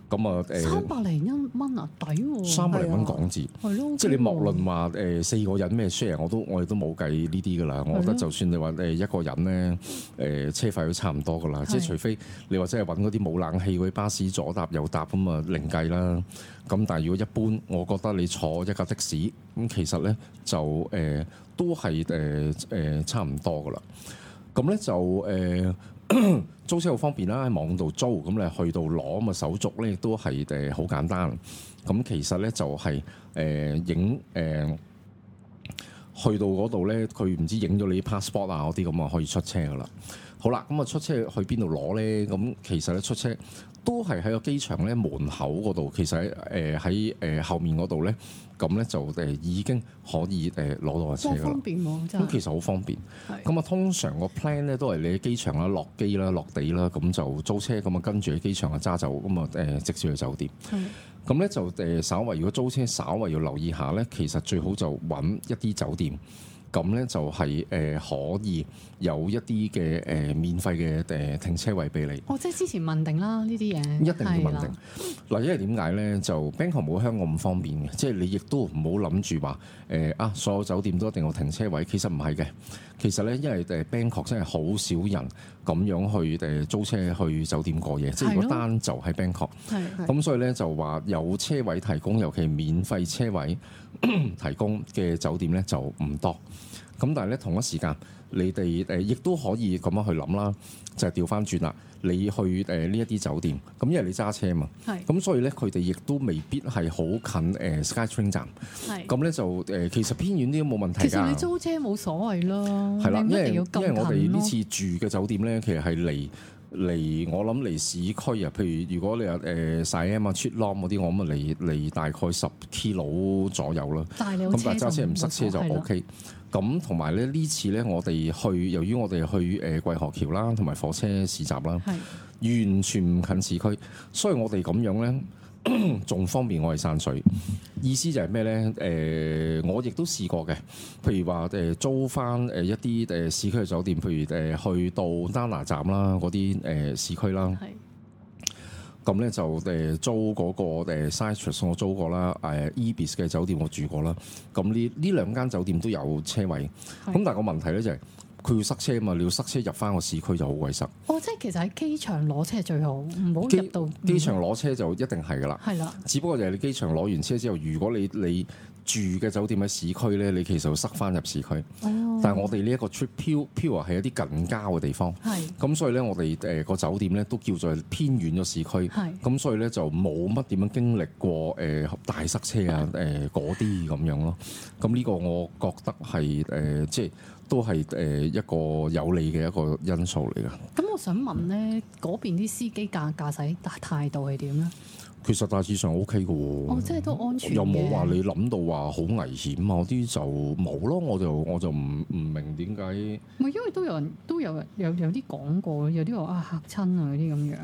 [SPEAKER 1] 咁啊
[SPEAKER 2] 三
[SPEAKER 1] 誒
[SPEAKER 2] 百零一蚊啊，抵喎！
[SPEAKER 1] 三百零蚊港紙。
[SPEAKER 2] 係咯，
[SPEAKER 1] 即係你莫論話誒四個人咩 share，我都我哋都冇計呢啲噶啦。我覺得
[SPEAKER 2] 係咯
[SPEAKER 1] 就算你話誒一個人咧，誒車費都差唔多噶啦。即係
[SPEAKER 2] 係
[SPEAKER 1] 除非你話真係揾嗰啲冇冷氣嗰啲巴士左搭右搭咁啊，另計啦。咁但係如果一般，我覺得你坐一架的士咁，其實咧就誒、都係誒誒差唔多噶啦。咁咧就誒。 租車好方便啦，喺網度租，咁你去到攞咁啊手續咧亦都係誒好簡單。咁其實咧就係誒影誒去到嗰度咧，佢唔知影咗你啲 passport 啊嗰啲咁啊，可以出車噶啦。好啦，咁啊出車去邊度攞咧？咁其實咧出車都係喺個機場咧門口嗰度，其實喺誒喺誒後面嗰度咧，咁咧就誒已經可以誒攞到個車
[SPEAKER 2] 哇
[SPEAKER 1] 噶啦
[SPEAKER 2] 方。便喎，真
[SPEAKER 1] 咁
[SPEAKER 2] 係
[SPEAKER 1] 其實好方便。
[SPEAKER 2] 係
[SPEAKER 1] 咁啊，通常個 plan 咧都係你喺機場啦、落機啦、落地啦，咁就租車咁啊，跟住喺機場啊揸走，咁啊誒直接去酒店。
[SPEAKER 2] 係
[SPEAKER 1] 咁咧就誒稍為如果租車稍為要留意下咧，其實最好就揾一啲酒店，咁咧就係、誒、可以有一啲嘅誒免費嘅誒停車位俾你。
[SPEAKER 2] 哦，即係之前問定啦呢啲嘢，
[SPEAKER 1] 一定要
[SPEAKER 2] 係
[SPEAKER 1] 問
[SPEAKER 2] 啦
[SPEAKER 1] 定，嗱，因為點解咧？就 Bangkok 冇香港咁方便嘅，即係你亦都唔好諗住話誒啊，所有酒店都一定有停車位。其實唔係嘅，其實咧，因為誒 Bangkok 真係好少人咁樣去誒租車去酒店過夜，即係如
[SPEAKER 2] 係
[SPEAKER 1] 果
[SPEAKER 2] 咯
[SPEAKER 1] 單就喺 Bangkok。
[SPEAKER 2] 係
[SPEAKER 1] 咁所以咧就話有車位提供，尤其免費車位 提供嘅酒店咧就唔多。咁但係咧同一時間，你哋誒亦都可以咁樣去諗啦，就係調翻轉啦。你去誒呢一啲酒店，咁因為你揸車嘛，
[SPEAKER 2] 係
[SPEAKER 1] 咁所以咧佢哋亦都未必係好近誒、SkyTrain 呃站，
[SPEAKER 2] 係。
[SPEAKER 1] 咁咧就誒、其實偏遠啲都冇問題㗎。
[SPEAKER 2] 其實你租車冇所謂咯，
[SPEAKER 1] 係啦，因
[SPEAKER 2] 哦你唔一
[SPEAKER 1] 為
[SPEAKER 2] 定要
[SPEAKER 1] 因為我
[SPEAKER 2] 咁
[SPEAKER 1] 哋
[SPEAKER 2] 近
[SPEAKER 1] 呢
[SPEAKER 2] 咯。
[SPEAKER 1] 次住嘅酒店咧，其實係離離我諗離市區啊，譬如如果你話誒細 M 啊、出 l o m 嗰啲，我諗離離大概十 kilo 左右啦。
[SPEAKER 2] 但係你有
[SPEAKER 1] 咁
[SPEAKER 2] 車
[SPEAKER 1] 但係揸車唔塞車就
[SPEAKER 2] 冇所謂啦
[SPEAKER 1] O K。咁同埋咧呢次咧，我哋去由於我哋去誒桂河橋啦，同埋火車市集啦，
[SPEAKER 2] 係
[SPEAKER 1] 完全唔近市區，所以我哋咁樣咧 仲方便我哋散水。意思就係咩咧？誒、我亦都試過嘅，譬如話誒、租翻誒一啲誒市區嘅酒店，譬如誒、去到丹拿站啦嗰啲誒市區啦，
[SPEAKER 2] 係
[SPEAKER 1] 咁咧就誒、租嗰、個誒 Citrus 我租過啦，誒、Ebis 嘅酒店我住過啦，咁呢呢兩間酒店都有車位，
[SPEAKER 2] 係
[SPEAKER 1] 咁但係個問題咧就係、佢要塞車嘛，你要塞車入翻個市區就好鬼塞。
[SPEAKER 2] 哦，即係其實喺機場攞車最好，唔好
[SPEAKER 1] 機
[SPEAKER 2] 入到嗯
[SPEAKER 1] 機場攞車就一定係噶啦。
[SPEAKER 2] 係啦，
[SPEAKER 1] 只不過就係你機場攞完車之後，如果你你住嘅酒店喺市區咧，你其實會塞翻入市區。
[SPEAKER 2] 哦，
[SPEAKER 1] 但係我哋呢一個 trip pure pure 係一啲近郊嘅地方，
[SPEAKER 2] 係
[SPEAKER 1] 咁所以咧我哋誒個酒店咧都叫做偏遠咗市區，
[SPEAKER 2] 係
[SPEAKER 1] 咁所以咧就冇乜點樣經歷過誒、呃大塞車啊誒嗰啲咁樣咯。咁呢個我覺得係誒、呃即係都係誒、呃一個有利嘅一個因素嚟㗎。
[SPEAKER 2] 咁我想問咧，嗰邊啲司機駕駕駛態度係點咧？
[SPEAKER 1] 其實大致上 O K 嘅喎。
[SPEAKER 2] 哦，即係都安全
[SPEAKER 1] 嗯
[SPEAKER 2] 嘅
[SPEAKER 1] 又冇話你諗到話好危險啊！嗰啲就冇咯，我就我就唔唔明點解
[SPEAKER 2] 唔係因為都有人都有人有有啲講過，有啲話啊嚇親啊嗰啲咁樣，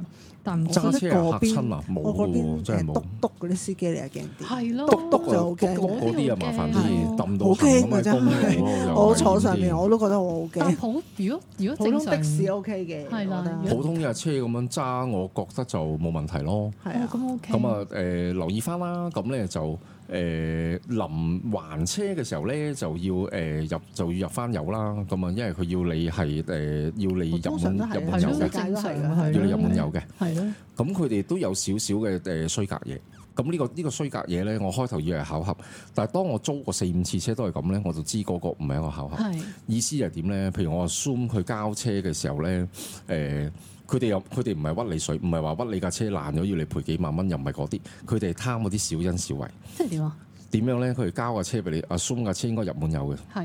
[SPEAKER 2] 但唔
[SPEAKER 3] 我
[SPEAKER 2] 知
[SPEAKER 3] 覺得
[SPEAKER 1] 揸車啊
[SPEAKER 3] 嗰邊
[SPEAKER 1] 嚇親啊冇
[SPEAKER 3] 我嗰
[SPEAKER 1] 嘅喎，
[SPEAKER 3] 邊
[SPEAKER 1] 真係
[SPEAKER 3] 誒
[SPEAKER 1] 冇
[SPEAKER 3] 篤。篤嗰啲司機你又驚啲，
[SPEAKER 2] 係咯，
[SPEAKER 3] 篤篤就
[SPEAKER 2] 嗰
[SPEAKER 3] 好驚
[SPEAKER 1] 嗰啲啊麻煩啲，
[SPEAKER 2] 但
[SPEAKER 1] 揼到
[SPEAKER 3] 好
[SPEAKER 1] 行
[SPEAKER 3] 驚
[SPEAKER 1] 咁
[SPEAKER 3] 㗎真係
[SPEAKER 1] 嘅公路咯
[SPEAKER 3] 我坐上面
[SPEAKER 1] 又
[SPEAKER 3] 我都覺得我好
[SPEAKER 2] 但
[SPEAKER 3] 驚。
[SPEAKER 2] 普如果如果
[SPEAKER 3] 普
[SPEAKER 2] 正
[SPEAKER 3] 通
[SPEAKER 2] 常哦
[SPEAKER 3] 的士 O K 嘅，
[SPEAKER 2] 係啦
[SPEAKER 3] 我覺得
[SPEAKER 2] 如
[SPEAKER 1] 普通嘅車咁樣揸，我覺得就冇問題咯。
[SPEAKER 3] 係
[SPEAKER 2] 哦
[SPEAKER 3] 啊，
[SPEAKER 2] 咁 OK，
[SPEAKER 1] 咁啊誒留意翻啦，咁咧就誒、臨還車嘅時候咧就要誒、入就要入翻油啦，咁啊因為佢要你係誒、要你入
[SPEAKER 3] 通常
[SPEAKER 1] 滿
[SPEAKER 3] 都係
[SPEAKER 1] 入
[SPEAKER 3] 啊
[SPEAKER 1] 滿
[SPEAKER 2] 係
[SPEAKER 1] 油
[SPEAKER 2] 咯，
[SPEAKER 1] 嘅
[SPEAKER 2] 正
[SPEAKER 3] 世，界都
[SPEAKER 2] 常
[SPEAKER 3] 係㗎啊
[SPEAKER 2] 係
[SPEAKER 1] 要
[SPEAKER 2] 咯
[SPEAKER 1] 你入滿油嘅。
[SPEAKER 2] 係咯，
[SPEAKER 1] 咁佢哋都有少少嘅誒衰格嘢。咁呢、個呢、個衰格嘢咧，我開頭以為係巧合，但係當我租過四五次車都係咁咧，我就知嗰個唔係一個巧合。
[SPEAKER 2] 係
[SPEAKER 1] 意思係點咧？譬如我 assume 佢交車嘅時候咧，誒、佢哋又佢哋唔係屈你水，唔係話屈你架車爛咗要你賠幾萬蚊，又唔係嗰啲，佢哋係貪嗰啲小恩小惠。
[SPEAKER 2] 即係點啊？
[SPEAKER 1] 點樣咧？佢哋交架車俾你，assume 架車應該入滿油嘅。
[SPEAKER 2] 係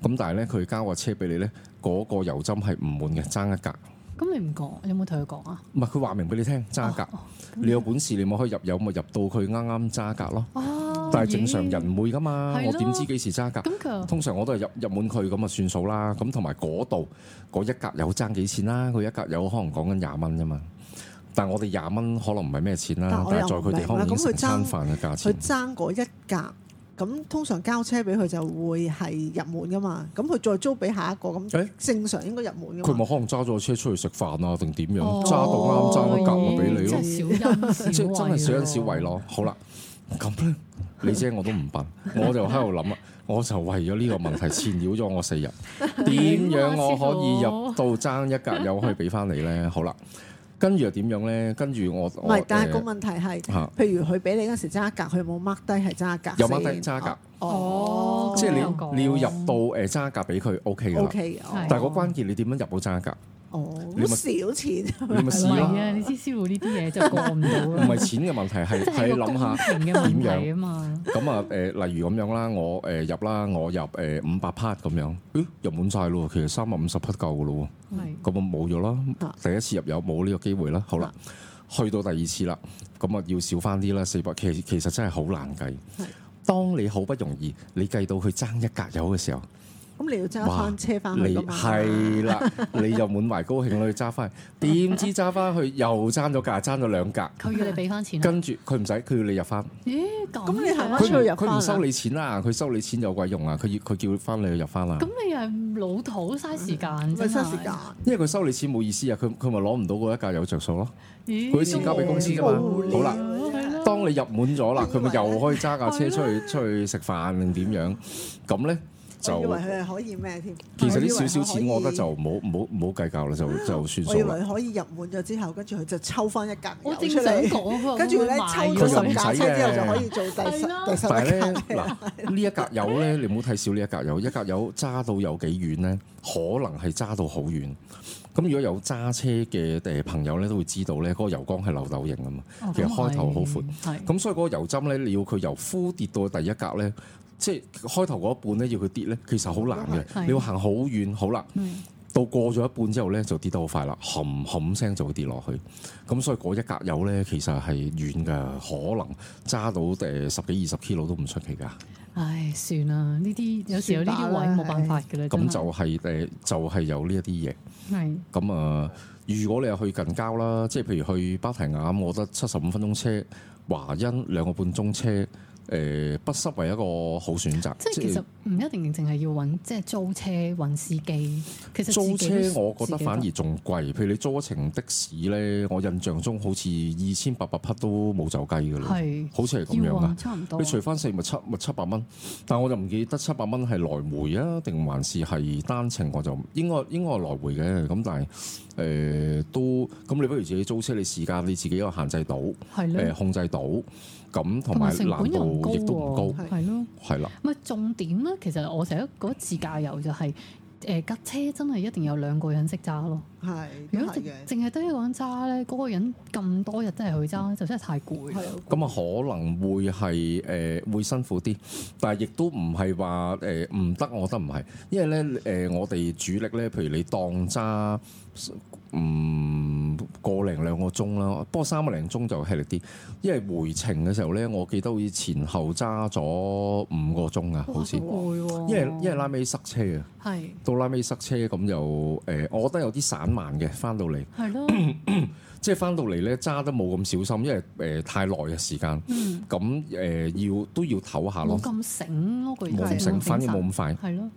[SPEAKER 1] 咁但係咧，佢交架車俾你咧，嗰、個油針係唔滿嘅，爭一格。
[SPEAKER 2] 咁你唔講，你有冇同佢講啊？
[SPEAKER 1] 唔係佢話明俾你聽，爭一格。你有本事你咪可以入油，咪入到佢啱啱揸格咯。
[SPEAKER 2] 哦，
[SPEAKER 1] 但係正常
[SPEAKER 2] 咦
[SPEAKER 1] 人唔會噶嘛，
[SPEAKER 2] 係
[SPEAKER 1] 我
[SPEAKER 2] 咯
[SPEAKER 1] 點知幾時揸格？
[SPEAKER 2] 咁啊佢
[SPEAKER 1] 通常我都係入入滿佢咁啊算數啦。咁同埋嗰度嗰一格有爭幾錢啦？佢一格有可能講緊廿蚊啫嘛。但係我哋廿蚊可能唔係咩錢
[SPEAKER 3] 但
[SPEAKER 1] 啦，
[SPEAKER 3] 我
[SPEAKER 1] 但
[SPEAKER 3] 又
[SPEAKER 1] 係在佢哋可
[SPEAKER 3] 明啦
[SPEAKER 1] 能已經
[SPEAKER 3] 咁
[SPEAKER 1] 成
[SPEAKER 3] 佢
[SPEAKER 1] 餐
[SPEAKER 3] 爭
[SPEAKER 1] 飯嘅價
[SPEAKER 3] 佢
[SPEAKER 1] 錢。
[SPEAKER 3] 爭嗰一格，咁通常交車俾佢就會係入滿噶嘛，咁佢再租俾下一個，咁
[SPEAKER 1] 誒
[SPEAKER 3] 正常應該入滿噶
[SPEAKER 1] 佢
[SPEAKER 3] 嘛
[SPEAKER 1] 咪。可能揸咗個車出去食飯啊，定點樣
[SPEAKER 2] 哦
[SPEAKER 1] 揸到啱揸嗰格咪俾你
[SPEAKER 2] 咦
[SPEAKER 1] 咯
[SPEAKER 2] 真。係小恩小啊
[SPEAKER 1] 即係真係
[SPEAKER 2] 惠
[SPEAKER 1] 小恩
[SPEAKER 2] 喎
[SPEAKER 1] 小惠。咯。好啦，咁咧，你姐我都唔笨，我就喺度諗啦，我就為咗呢個問題纏繞咗我四日，點樣我可以入到爭一格又可以俾翻你咧？好啦，跟住又點樣咧？跟住我
[SPEAKER 3] 唔
[SPEAKER 1] 我
[SPEAKER 3] 係，但係個
[SPEAKER 1] 哦誒
[SPEAKER 3] 問題係，
[SPEAKER 1] 嚇
[SPEAKER 3] 譬如佢俾你嗰時揸格，佢冇 mark 低係揸格先，
[SPEAKER 1] 有 mark 低揸格
[SPEAKER 2] 哦
[SPEAKER 1] 即係
[SPEAKER 2] 咁樣講
[SPEAKER 1] 你你要入到誒揸格俾佢 OK 噶
[SPEAKER 3] ，O
[SPEAKER 1] 啦。
[SPEAKER 3] K
[SPEAKER 2] 係
[SPEAKER 3] 嘅，
[SPEAKER 1] 但係個關鍵你點樣入到揸格？
[SPEAKER 3] 哦，
[SPEAKER 1] 你咪
[SPEAKER 3] 好少錢，
[SPEAKER 1] 你咪試咯，
[SPEAKER 2] 唔 係啊，你知師傅呢啲嘢就過唔到
[SPEAKER 1] 唔
[SPEAKER 2] 啦。
[SPEAKER 1] 係錢嘅問題，係
[SPEAKER 2] 即係
[SPEAKER 1] 係
[SPEAKER 2] 個
[SPEAKER 1] 諗下
[SPEAKER 2] 公。平嘅問題啊嘛。
[SPEAKER 1] 咁啊誒，例如咁樣啦，我誒入啦，我入誒五百 part 咁樣，咦入滿晒咯喎，其實三百五十 part 夠嘅咯
[SPEAKER 2] 係
[SPEAKER 1] 喎，咁啊冇咗啦
[SPEAKER 3] 啊，
[SPEAKER 1] 第一次入有冇呢個機會啦，好啦，去到第二次啦，咁啊要少翻啲啦，四百，其其實真係好難計
[SPEAKER 3] 係。
[SPEAKER 1] 當你好不容易你計到佢爭一格油嘅時候，
[SPEAKER 3] 咁你要揸
[SPEAKER 1] 哇
[SPEAKER 3] 翻車翻去
[SPEAKER 1] 你
[SPEAKER 3] 㗎嘛？
[SPEAKER 1] 係 啦，你就滿懷高興去揸翻去，點知揸翻去又爭咗格，爭咗兩格，
[SPEAKER 2] 佢要你俾翻錢啊？
[SPEAKER 1] 跟住佢唔使，佢要你入翻。
[SPEAKER 2] 咦咁
[SPEAKER 3] 咁你行
[SPEAKER 2] 嘅
[SPEAKER 3] 翻出去入
[SPEAKER 1] 佢唔佢唔
[SPEAKER 3] 返
[SPEAKER 1] 收
[SPEAKER 3] 啊
[SPEAKER 1] 你錢啦，佢收你錢有鬼用啊！佢要佢叫翻你入啊翻啦，
[SPEAKER 2] 咁你又係老土嘥時間，
[SPEAKER 3] 嗯咪
[SPEAKER 2] 真係
[SPEAKER 3] 嘥時間。
[SPEAKER 1] 因為佢收你錢冇意思啊！佢佢咪攞唔到嗰一價有着數咯。
[SPEAKER 2] 咦
[SPEAKER 1] 佢啲錢交俾公司㗎嘛好啦
[SPEAKER 3] 哦
[SPEAKER 2] 係咯
[SPEAKER 1] 當你入滿咗啦，佢咪
[SPEAKER 3] 我以為
[SPEAKER 1] 又可以揸架車
[SPEAKER 2] 係咯
[SPEAKER 1] 出去出去食飯定點樣？咁咧
[SPEAKER 3] 我以為
[SPEAKER 1] 就
[SPEAKER 3] 佢係可以咩添？
[SPEAKER 1] 其實
[SPEAKER 3] 我以為佢
[SPEAKER 1] 啲少少
[SPEAKER 3] 可
[SPEAKER 1] 錢，
[SPEAKER 3] 以啊
[SPEAKER 1] 我覺得就唔好唔好唔好計較啦，就就算
[SPEAKER 3] 我以
[SPEAKER 1] 數啦。
[SPEAKER 3] 為可以入滿咗之後，跟住佢就抽翻一格油
[SPEAKER 2] 我
[SPEAKER 3] 出
[SPEAKER 2] 正想
[SPEAKER 3] 嚟，
[SPEAKER 2] 講喎，
[SPEAKER 3] 跟住咧抽
[SPEAKER 1] 佢又
[SPEAKER 3] 咗
[SPEAKER 1] 唔
[SPEAKER 3] 十
[SPEAKER 1] 使
[SPEAKER 3] 架車之後
[SPEAKER 1] 嘅
[SPEAKER 3] 就可以做第十
[SPEAKER 2] 係啦
[SPEAKER 3] 第十
[SPEAKER 1] 但係
[SPEAKER 3] 一
[SPEAKER 1] 咧
[SPEAKER 3] 格。
[SPEAKER 1] 嗱，呢一格油咧，你唔好睇少呢一格油，一格油揸到有幾遠咧，可能係揸到好遠。咁如果有揸車嘅誒朋友咧，都會知道咧，嗰個油缸係漏斗型啊嘛。其實開頭好闊
[SPEAKER 3] 嗯
[SPEAKER 2] 係
[SPEAKER 1] 咁所以嗰個油針咧，你要佢由枯跌到第一格咧，即係開頭嗰一半咧，要佢跌咧，其實好難
[SPEAKER 2] 係
[SPEAKER 1] 嘅。你要行好遠，好啦，
[SPEAKER 2] 嗯
[SPEAKER 1] 到過咗一半之後咧，就跌得好快啦，冚冚聲就會跌落去。咁所以嗰一格油咧，其實係遠㗎，可能揸到誒十幾二十 kilo 都唔出奇㗎。
[SPEAKER 2] 唉，算啦，呢啲有時有呢啲位冇辦法㗎啦，
[SPEAKER 1] 咁就
[SPEAKER 2] 真
[SPEAKER 1] 係、誒，就係、有呢一啲嘢。
[SPEAKER 2] 係
[SPEAKER 1] 咁啊、如果你係去近郊啦，即係譬如去芭提雅，我覺得七十五分鐘車，華欣兩個半鐘車，誒、不失為一個好選擇。
[SPEAKER 2] 即係其實唔一定淨係要揾即係租車揾司機，其實
[SPEAKER 1] 租
[SPEAKER 2] 自己都
[SPEAKER 1] 車我覺得
[SPEAKER 2] 自己
[SPEAKER 1] 反而仲貴，譬如你租一程的士咧，我印象中好似二千八百匹都冇走雞㗎啦，
[SPEAKER 2] 係
[SPEAKER 1] 好似係咁樣
[SPEAKER 2] 要啊
[SPEAKER 1] 㗎，。
[SPEAKER 2] 差唔多
[SPEAKER 1] 你。除翻四咪七咪七百蚊，但我就唔記得七百蚊係來回啊，定還是係單程我就應該應該係來回嘅，咁但係誒、都咁你不如自己租車，你時間你自己有限制到。
[SPEAKER 2] 係
[SPEAKER 1] 誒
[SPEAKER 2] 咯，
[SPEAKER 1] 控制到，咁咁同
[SPEAKER 2] 同埋
[SPEAKER 1] 埋
[SPEAKER 2] 成
[SPEAKER 1] 難
[SPEAKER 2] 本又
[SPEAKER 1] 度
[SPEAKER 2] 唔高
[SPEAKER 1] 亦都唔
[SPEAKER 2] 喎，
[SPEAKER 1] 高，
[SPEAKER 3] 係
[SPEAKER 2] 係咯。
[SPEAKER 1] 係啦，
[SPEAKER 2] 咪重點咧，其實我成日覺得自駕遊就係誒架車真係一定有兩個人識揸咯。
[SPEAKER 3] 係
[SPEAKER 2] 如
[SPEAKER 3] 都
[SPEAKER 2] 果
[SPEAKER 3] 係
[SPEAKER 2] 淨
[SPEAKER 3] 嘅，
[SPEAKER 2] 淨係得一個人揸咧，嗰個人咁多日真係去揸，就真係太攰啦。
[SPEAKER 3] 係
[SPEAKER 1] 咁啊可能會係誒、呃、會辛苦啲，但係亦都唔係話誒唔得，我覺得唔係，因為咧誒、呃我哋主力咧，譬如你當揸嗯個零兩個鐘啦，不過三個零鐘就吃力啲，因為回程嘅時候咧，我記得好似前後揸咗五個鐘啊，
[SPEAKER 2] 哇
[SPEAKER 1] 好似
[SPEAKER 2] 好，攰喎。
[SPEAKER 1] 因為因為拉尾塞車啊。
[SPEAKER 2] 係
[SPEAKER 1] 到拉尾塞車咁又誒、呃我覺得有啲散漫嘅，翻到嚟
[SPEAKER 2] 係咯，
[SPEAKER 1] 即係翻到嚟咧揸得冇咁小心，因為誒、呃太耐嘅時間，
[SPEAKER 2] 嗯
[SPEAKER 1] 咁誒、呃要都要唞下
[SPEAKER 2] 冇
[SPEAKER 1] 咯，
[SPEAKER 2] 咁醒咯，佢
[SPEAKER 1] 冇咁醒，反應冇咁快，
[SPEAKER 2] 係咯，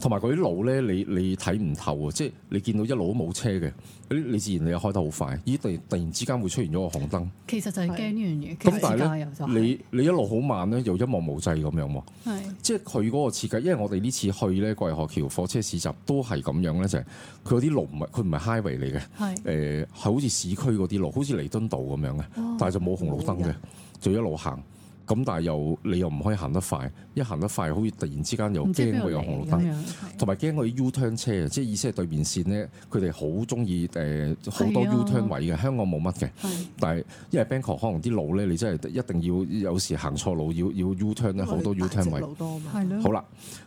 [SPEAKER 1] 同埋嗰啲路咧，你你睇唔透啊，即係你見到一路都冇車嘅，你你自然你又開得好快，咦突然突然之間會出現咗個紅燈，
[SPEAKER 2] 其實就係驚呢樣嘢。其
[SPEAKER 1] 咁
[SPEAKER 2] 實
[SPEAKER 1] 但係
[SPEAKER 2] 自
[SPEAKER 1] 咧
[SPEAKER 2] 駕遊就係
[SPEAKER 1] 你你一路好慢咧，又一望無際咁樣喎。
[SPEAKER 2] 係
[SPEAKER 1] 即係佢嗰個設計，因為我哋呢次去咧桂河橋火車市集都係咁樣咧，就係佢嗰啲路唔係佢唔係 highway 嚟嘅。呃
[SPEAKER 2] 係
[SPEAKER 1] 誒係好似市區嗰啲路，好似彌敦道咁樣嘅，
[SPEAKER 2] 哦
[SPEAKER 1] 但係就冇紅綠燈嘅，就一路行。咁但係又你又唔可以行得快，一行得快好似突然之間又
[SPEAKER 2] 唔知邊
[SPEAKER 1] 驚
[SPEAKER 2] 度
[SPEAKER 1] 會有
[SPEAKER 2] 嚟
[SPEAKER 1] 紅綠
[SPEAKER 2] 咁
[SPEAKER 1] 燈，
[SPEAKER 2] 樣。
[SPEAKER 1] 同埋驚佢 U turn 車，啊即係意思係對面線咧，佢哋好中意誒好多
[SPEAKER 2] 係啊
[SPEAKER 1] U turn 位嘅，香港冇乜嘅。
[SPEAKER 2] 係
[SPEAKER 1] 但係因為 Bangkok 可能啲路咧，你真係一定要有時行錯路要要 U turn 咧，好多 U turn 位。
[SPEAKER 3] 多啊嘛，
[SPEAKER 2] 係咯，
[SPEAKER 1] 好啦，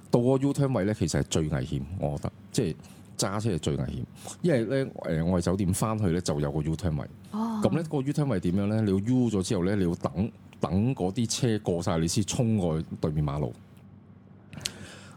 [SPEAKER 1] 到個 U turn 位咧，其實係最危險，我覺得，即係揸車係最危險，因為咧誒，我哋酒店翻去咧就有個 U turn 位，
[SPEAKER 2] 哦
[SPEAKER 1] 咁咧個 U turn 位點樣咧？你要 U 咗之後咧，你要等等嗰啲車過晒，你先衝過去對面馬路。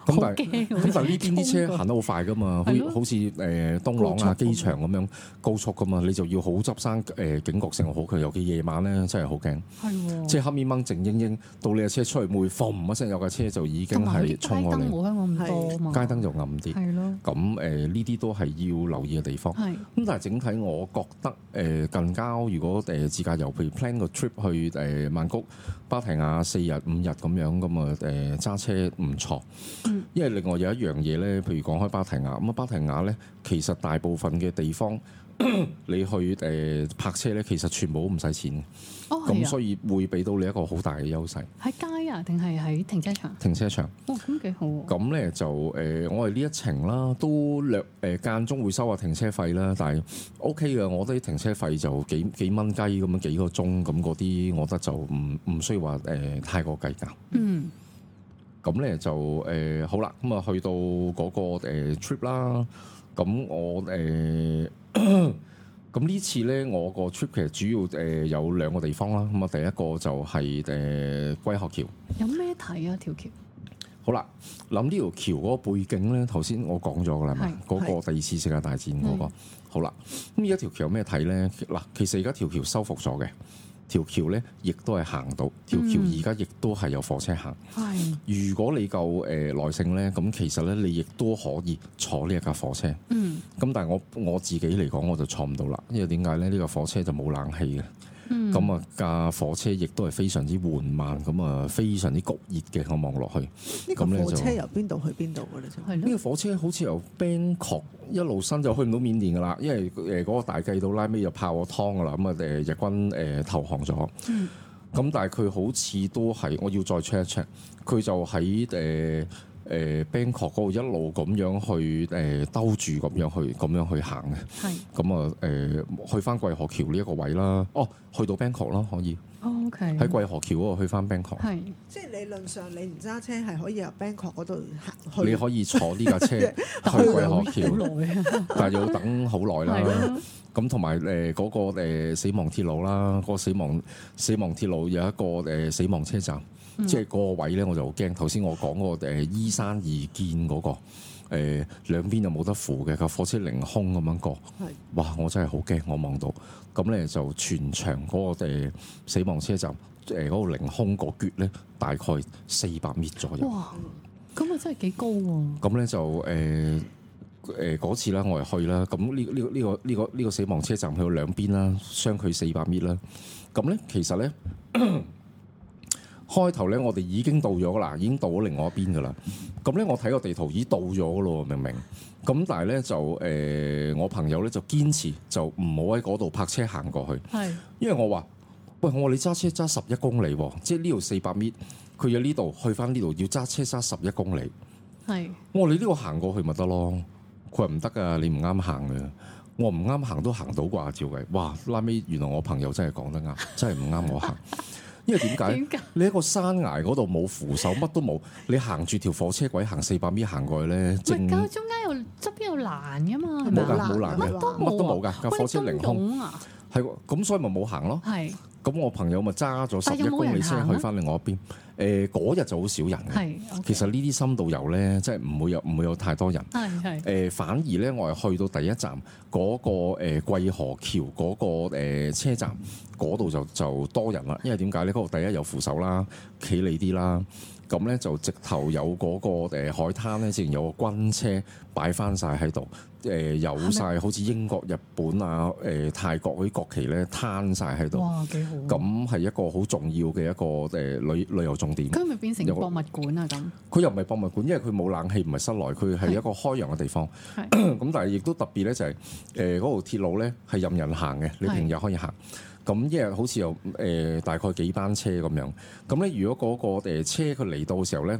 [SPEAKER 1] 咁但係
[SPEAKER 3] 啊
[SPEAKER 2] 係
[SPEAKER 1] 咁但係呢邊啲車行得好快噶嘛，好
[SPEAKER 2] 係
[SPEAKER 1] 似
[SPEAKER 2] 咯
[SPEAKER 1] 好似誒東朗啊
[SPEAKER 3] 高速咁
[SPEAKER 1] 機場咁樣高速噶嘛，你就要好執生誒警覺性好強，尤其夜晚咧真係好驚，
[SPEAKER 2] 係喎，
[SPEAKER 1] 即係黑咪掹靜英英，到你嘅車出去，每嘣一聲有架車就已經
[SPEAKER 2] 同埋佢
[SPEAKER 1] 係
[SPEAKER 2] 啲
[SPEAKER 1] 衝
[SPEAKER 2] 啊街
[SPEAKER 1] 過
[SPEAKER 2] 燈
[SPEAKER 1] 嚟。
[SPEAKER 2] 冇香港咁多啊嘛，
[SPEAKER 1] 街燈就暗啲。
[SPEAKER 2] 係嗯咯，
[SPEAKER 1] 咁誒呢啲都係要留意嘅地方。
[SPEAKER 2] 係
[SPEAKER 1] 咁但係整體我覺得誒、呃近郊如果誒、呃自駕遊，譬如 plan 個 trip 去誒、呃曼谷、芭提雅四日五日咁樣咁啊誒揸車唔錯。
[SPEAKER 2] 嗯
[SPEAKER 1] 因為另外有一樣嘢咧，譬如講開芭提雅，咁啊芭提雅咧其實大部分嘅地方 你去誒、呃泊車咧，其實全部都唔使錢嘅，
[SPEAKER 2] 哦
[SPEAKER 1] 咁、
[SPEAKER 2] 係啊，
[SPEAKER 1] 所以會俾到你一個好大嘅優勢。
[SPEAKER 2] 喺街啊定係喺停車場？
[SPEAKER 1] 停車場。
[SPEAKER 2] 哇，咁幾好喎！
[SPEAKER 1] 咁咧就誒、呃我哋呢一程啦，都略誒、呃、間中會收下停車費啦，但係 O K 嘅，我覺得啲停車費就幾幾蚊雞咁樣幾個鐘咁嗰啲，我覺得就唔唔需要話誒、呃太過計較。
[SPEAKER 2] 嗯，
[SPEAKER 1] 咁咧就誒、呃好啦，咁啊去到嗰、個、呃、trip 啦，咁我誒 咁呢次咧，我個 trip 其實主要誒、呃有兩個地方啦，咁啊第一個就係誒龜殼橋。
[SPEAKER 2] 有咩睇啊？條橋
[SPEAKER 1] 好啦，諗呢條橋嗰個背景咧，頭先我講咗噶啦係嘛，嗰
[SPEAKER 3] 係
[SPEAKER 1] 個第二次世界大戰嗰、個。
[SPEAKER 2] 嗯
[SPEAKER 1] 好啦，咁而家條橋有咩睇咧？嗱，其實而家條橋修復咗嘅，條橋咧亦都係行到，條橋
[SPEAKER 2] 嗯
[SPEAKER 1] 而家亦都係有火車行。
[SPEAKER 2] 係
[SPEAKER 1] 如果你夠誒、呃、耐性咧，咁其實咧你亦都可以坐呢一架火車。
[SPEAKER 2] 嗯
[SPEAKER 1] 咁但係我我自己嚟講我就坐唔到啦，因為點解咧？呢、個火車就冇冷氣嘅。
[SPEAKER 2] 嗯
[SPEAKER 1] 咁啊架火車亦都係非常之緩慢，咁啊非常之焗熱嘅，我望落去。
[SPEAKER 3] 呢個
[SPEAKER 1] 咁咧
[SPEAKER 3] 火
[SPEAKER 1] 就
[SPEAKER 3] 車由邊度去邊度嘅咧？就
[SPEAKER 1] 呢
[SPEAKER 2] 係咯，
[SPEAKER 1] 個火車好似由 Bangkok 一路伸就去唔到緬甸噶啦，因為誒嗰個大計到拉尾又泡咗湯噶啦，咁啊誒日軍誒、呃投降咗。咁、
[SPEAKER 2] 嗯
[SPEAKER 1] 但係佢好似都係，我要再 check 一 check，佢就喺誒誒 Bangkok 嗰度一路咁樣去誒、呃兜住咁樣去咁樣去行嘅。
[SPEAKER 2] 係
[SPEAKER 1] 咁啊誒去翻桂河橋呢一個位啦，哦去到 Bangkok 咯，可以
[SPEAKER 2] 哦 OK，
[SPEAKER 1] 喺桂河橋嗰度去翻 Bangkok。
[SPEAKER 2] 係
[SPEAKER 3] 即係理論上你唔揸車係可以由 Bangkok 嗰度行
[SPEAKER 1] 你
[SPEAKER 3] 去，
[SPEAKER 1] 可以坐呢架車去桂河橋，
[SPEAKER 2] 好耐啊，
[SPEAKER 1] 但係要等好耐
[SPEAKER 2] 係啊
[SPEAKER 1] 啦。
[SPEAKER 2] 咯，
[SPEAKER 1] 咁同埋誒嗰個、呃、死亡鐵路啦，嗰個死亡死亡鐵路有一個誒、呃死亡車站，
[SPEAKER 2] 嗯
[SPEAKER 1] 即係嗰個位咧我就好驚。頭先我講嗰個誒依山而建嗰、個誒、呃、兩邊就冇得扶嘅，架火車凌空咁樣過
[SPEAKER 3] 係，
[SPEAKER 1] 哇！我真係好驚，我望到咁咧就全場嗰、個、呃、死亡車站誒嗰個凌空嗰橛咧，大概四百米左右。
[SPEAKER 2] 哇，咁啊真係幾高喎，
[SPEAKER 1] 咁咧就誒誒嗰次啦，我係去啦。咁呢呢個呢個呢個呢個死亡車站去到兩邊啦，相距四百米啦。咁咧其實咧 開頭咧，我哋已經到咗㗎啦，已經到咗另外一邊噶啦。咁咧我睇個地圖已經到咗㗎咯，明唔明？咁但係咧就誒、呃我朋友咧就堅持就唔好喺嗰度泊車行過去，
[SPEAKER 2] 係
[SPEAKER 1] 因為我話喂，我話你揸車揸十一公里喎，即係呢度四百米，佢喺呢度去翻呢度要揸車揸十一公里。
[SPEAKER 2] 係
[SPEAKER 1] 我話你呢度行過去咪得咯？佢話唔得噶，你唔啱行嘅。我話唔啱行都行到啩，照計。哇！拉尾原來我朋友真係講得啱，真係唔啱我 行。因為點解
[SPEAKER 2] 點？解？
[SPEAKER 1] 你喺個山崖嗰度冇扶手，乜都冇，你行住條火車軌行四百米行過去咧，
[SPEAKER 2] 唔係
[SPEAKER 1] 正
[SPEAKER 2] 教
[SPEAKER 1] 冇
[SPEAKER 2] 中間有側邊有欄㗎嘛，係咪
[SPEAKER 1] 㗎
[SPEAKER 2] 啊
[SPEAKER 1] 冇欄嘅，
[SPEAKER 2] 乜都
[SPEAKER 1] 乜都冇㗎，架
[SPEAKER 2] 喂，
[SPEAKER 1] 火車凌
[SPEAKER 2] 咁
[SPEAKER 1] 空，
[SPEAKER 2] 勇啊，
[SPEAKER 1] 係喎咁所以咪冇行咯。
[SPEAKER 2] 係
[SPEAKER 1] 咁我朋友咪揸咗
[SPEAKER 2] 但
[SPEAKER 1] 十
[SPEAKER 2] 有
[SPEAKER 1] 一
[SPEAKER 2] 冇
[SPEAKER 1] 公里
[SPEAKER 2] 人
[SPEAKER 1] 車
[SPEAKER 2] 行啊
[SPEAKER 1] 去翻另外一邊。誒嗰日就好少人嘅，
[SPEAKER 2] 係，OK，
[SPEAKER 1] 其實呢啲深度遊咧，即係唔會有唔會有太多人。
[SPEAKER 2] 係
[SPEAKER 1] 誒、
[SPEAKER 2] 係
[SPEAKER 1] 呃反而咧，我係去到第一站嗰、個誒桂河橋嗰、個誒、車站嗰度就就多人啦，因為點解咧？嗰度第一有扶手啦，企理啲啦，咁咧就直頭有嗰、個、呃誒海灘咧，之前有個軍車擺翻晒喺度，誒、有晒好似英國、日本啊、誒、泰國嗰啲國旗咧攤晒喺度，
[SPEAKER 2] 哇幾好，
[SPEAKER 1] 咁係一個好重要嘅一個誒、旅旅遊重點。
[SPEAKER 2] 佢咪變成
[SPEAKER 1] 有個
[SPEAKER 2] 博物館啊咁，
[SPEAKER 1] 佢又唔係博物館，因為佢冇冷氣，唔係室內，佢係一個開揚嘅地方。
[SPEAKER 2] 係
[SPEAKER 1] 咁但係亦都特別咧，就係誒嗰條鐵路咧係任人行嘅，你
[SPEAKER 2] 係
[SPEAKER 1] 平日可以行。咁一日好似有誒、呃大概幾班車咁樣。咁咧，如果嗰、個誒、車佢嚟到嘅時候咧，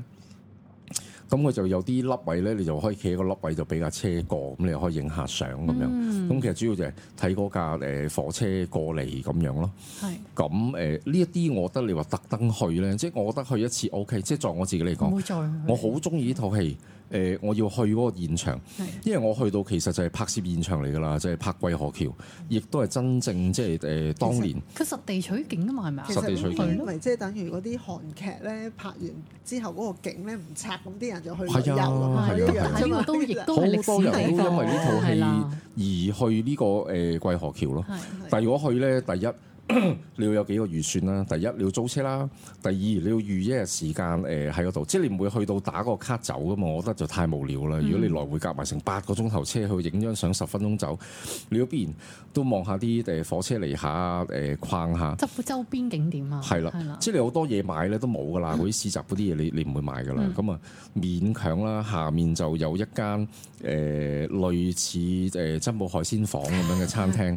[SPEAKER 1] 咁佢就有啲凹位咧，你就可以企喺個凹位就俾架車過，咁你又可以影下相咁樣。咁、
[SPEAKER 2] 嗯
[SPEAKER 1] 其實主要就係睇嗰架誒火車過嚟咁樣咯。
[SPEAKER 2] 係
[SPEAKER 1] 咁誒呢一啲，我覺得你話特登去咧，即係我覺得去一次 O、k 即係在我自己嚟講
[SPEAKER 2] 唔。會再去
[SPEAKER 1] 我好中意呢套戲，誒、我要去嗰個現場，
[SPEAKER 2] 係
[SPEAKER 1] 因為我去到其實就係拍攝現場嚟㗎啦，就係、拍桂河橋，亦都係真正即係誒當年
[SPEAKER 2] 佢實地取景啊嘛係咪啊
[SPEAKER 3] 其？
[SPEAKER 1] 實
[SPEAKER 3] 實
[SPEAKER 1] 地取
[SPEAKER 3] 呢
[SPEAKER 1] 景
[SPEAKER 3] 啲咪即係等於嗰啲韓劇咧拍完之後嗰個景咧唔拆，咁啲人就去旅遊
[SPEAKER 1] 係啊係
[SPEAKER 3] 咁樣
[SPEAKER 1] 啊
[SPEAKER 3] 一
[SPEAKER 1] 係
[SPEAKER 3] 樣
[SPEAKER 1] 啊
[SPEAKER 2] 咁
[SPEAKER 3] 啫
[SPEAKER 2] 呢
[SPEAKER 3] 嘛
[SPEAKER 2] 個都亦都
[SPEAKER 1] 好
[SPEAKER 2] 係歷
[SPEAKER 1] 多
[SPEAKER 2] 史
[SPEAKER 1] 人都
[SPEAKER 2] 地方，
[SPEAKER 1] 因為
[SPEAKER 2] 係啦
[SPEAKER 1] 呢套戲而去呢、個誒、桂河橋咯。
[SPEAKER 2] 係
[SPEAKER 1] 但係如果去咧，第一 你要有幾個預算啦，第一你要租車啦，第二你要預一日時間誒喺嗰度，即係你唔會去到打個卡走噶嘛，我覺得就太無聊啦。如果你來回夾埋成八個鐘頭車去影張相，十分鐘走，你要必然都望下啲誒火車嚟下誒逛下。
[SPEAKER 2] 周周邊景點啊，
[SPEAKER 1] 係啦，嗯即係你好多嘢買咧都冇噶啦，嗰啲市集嗰啲嘢你你唔會買噶啦，咁啊、勉強啦，下面就有一間誒、呃、類似誒、呃珍寶海鮮房咁樣嘅餐 廳，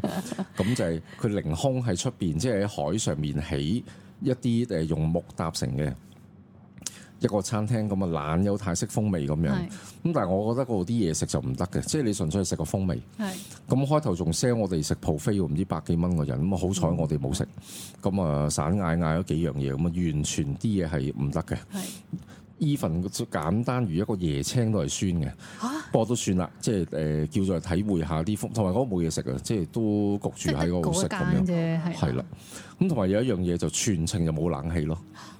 [SPEAKER 1] 咁就係佢凌空喺出邊，即係喺海上面起一啲誒用木搭成嘅。一個餐廳咁啊，懶有泰式風味咁樣，
[SPEAKER 2] 係
[SPEAKER 1] 咁但係我覺得嗰度啲嘢食就唔得嘅，即係你純粹係食個風味。
[SPEAKER 2] 係
[SPEAKER 1] 咁開頭仲 sell 我哋食 buffet 喎唔知百幾蚊個人，咁啊好彩我哋冇食，咁啊散嗌嗌咗幾樣嘢，咁啊完全啲嘢係唔得嘅。
[SPEAKER 2] 係
[SPEAKER 1] even 簡單如一個椰青都係酸嘅，
[SPEAKER 2] 嚇。
[SPEAKER 1] 不過都算啦，即係誒、呃叫做係體會下啲風，同埋嗰個冇嘢食啊，即係都焗住
[SPEAKER 2] 即係
[SPEAKER 1] 喺
[SPEAKER 2] 得
[SPEAKER 1] 嗰度食
[SPEAKER 2] 嗰
[SPEAKER 1] 咁樣
[SPEAKER 2] 間。啫，係
[SPEAKER 1] 係啦，咁同埋有一樣嘢就全程就冇冷氣咯，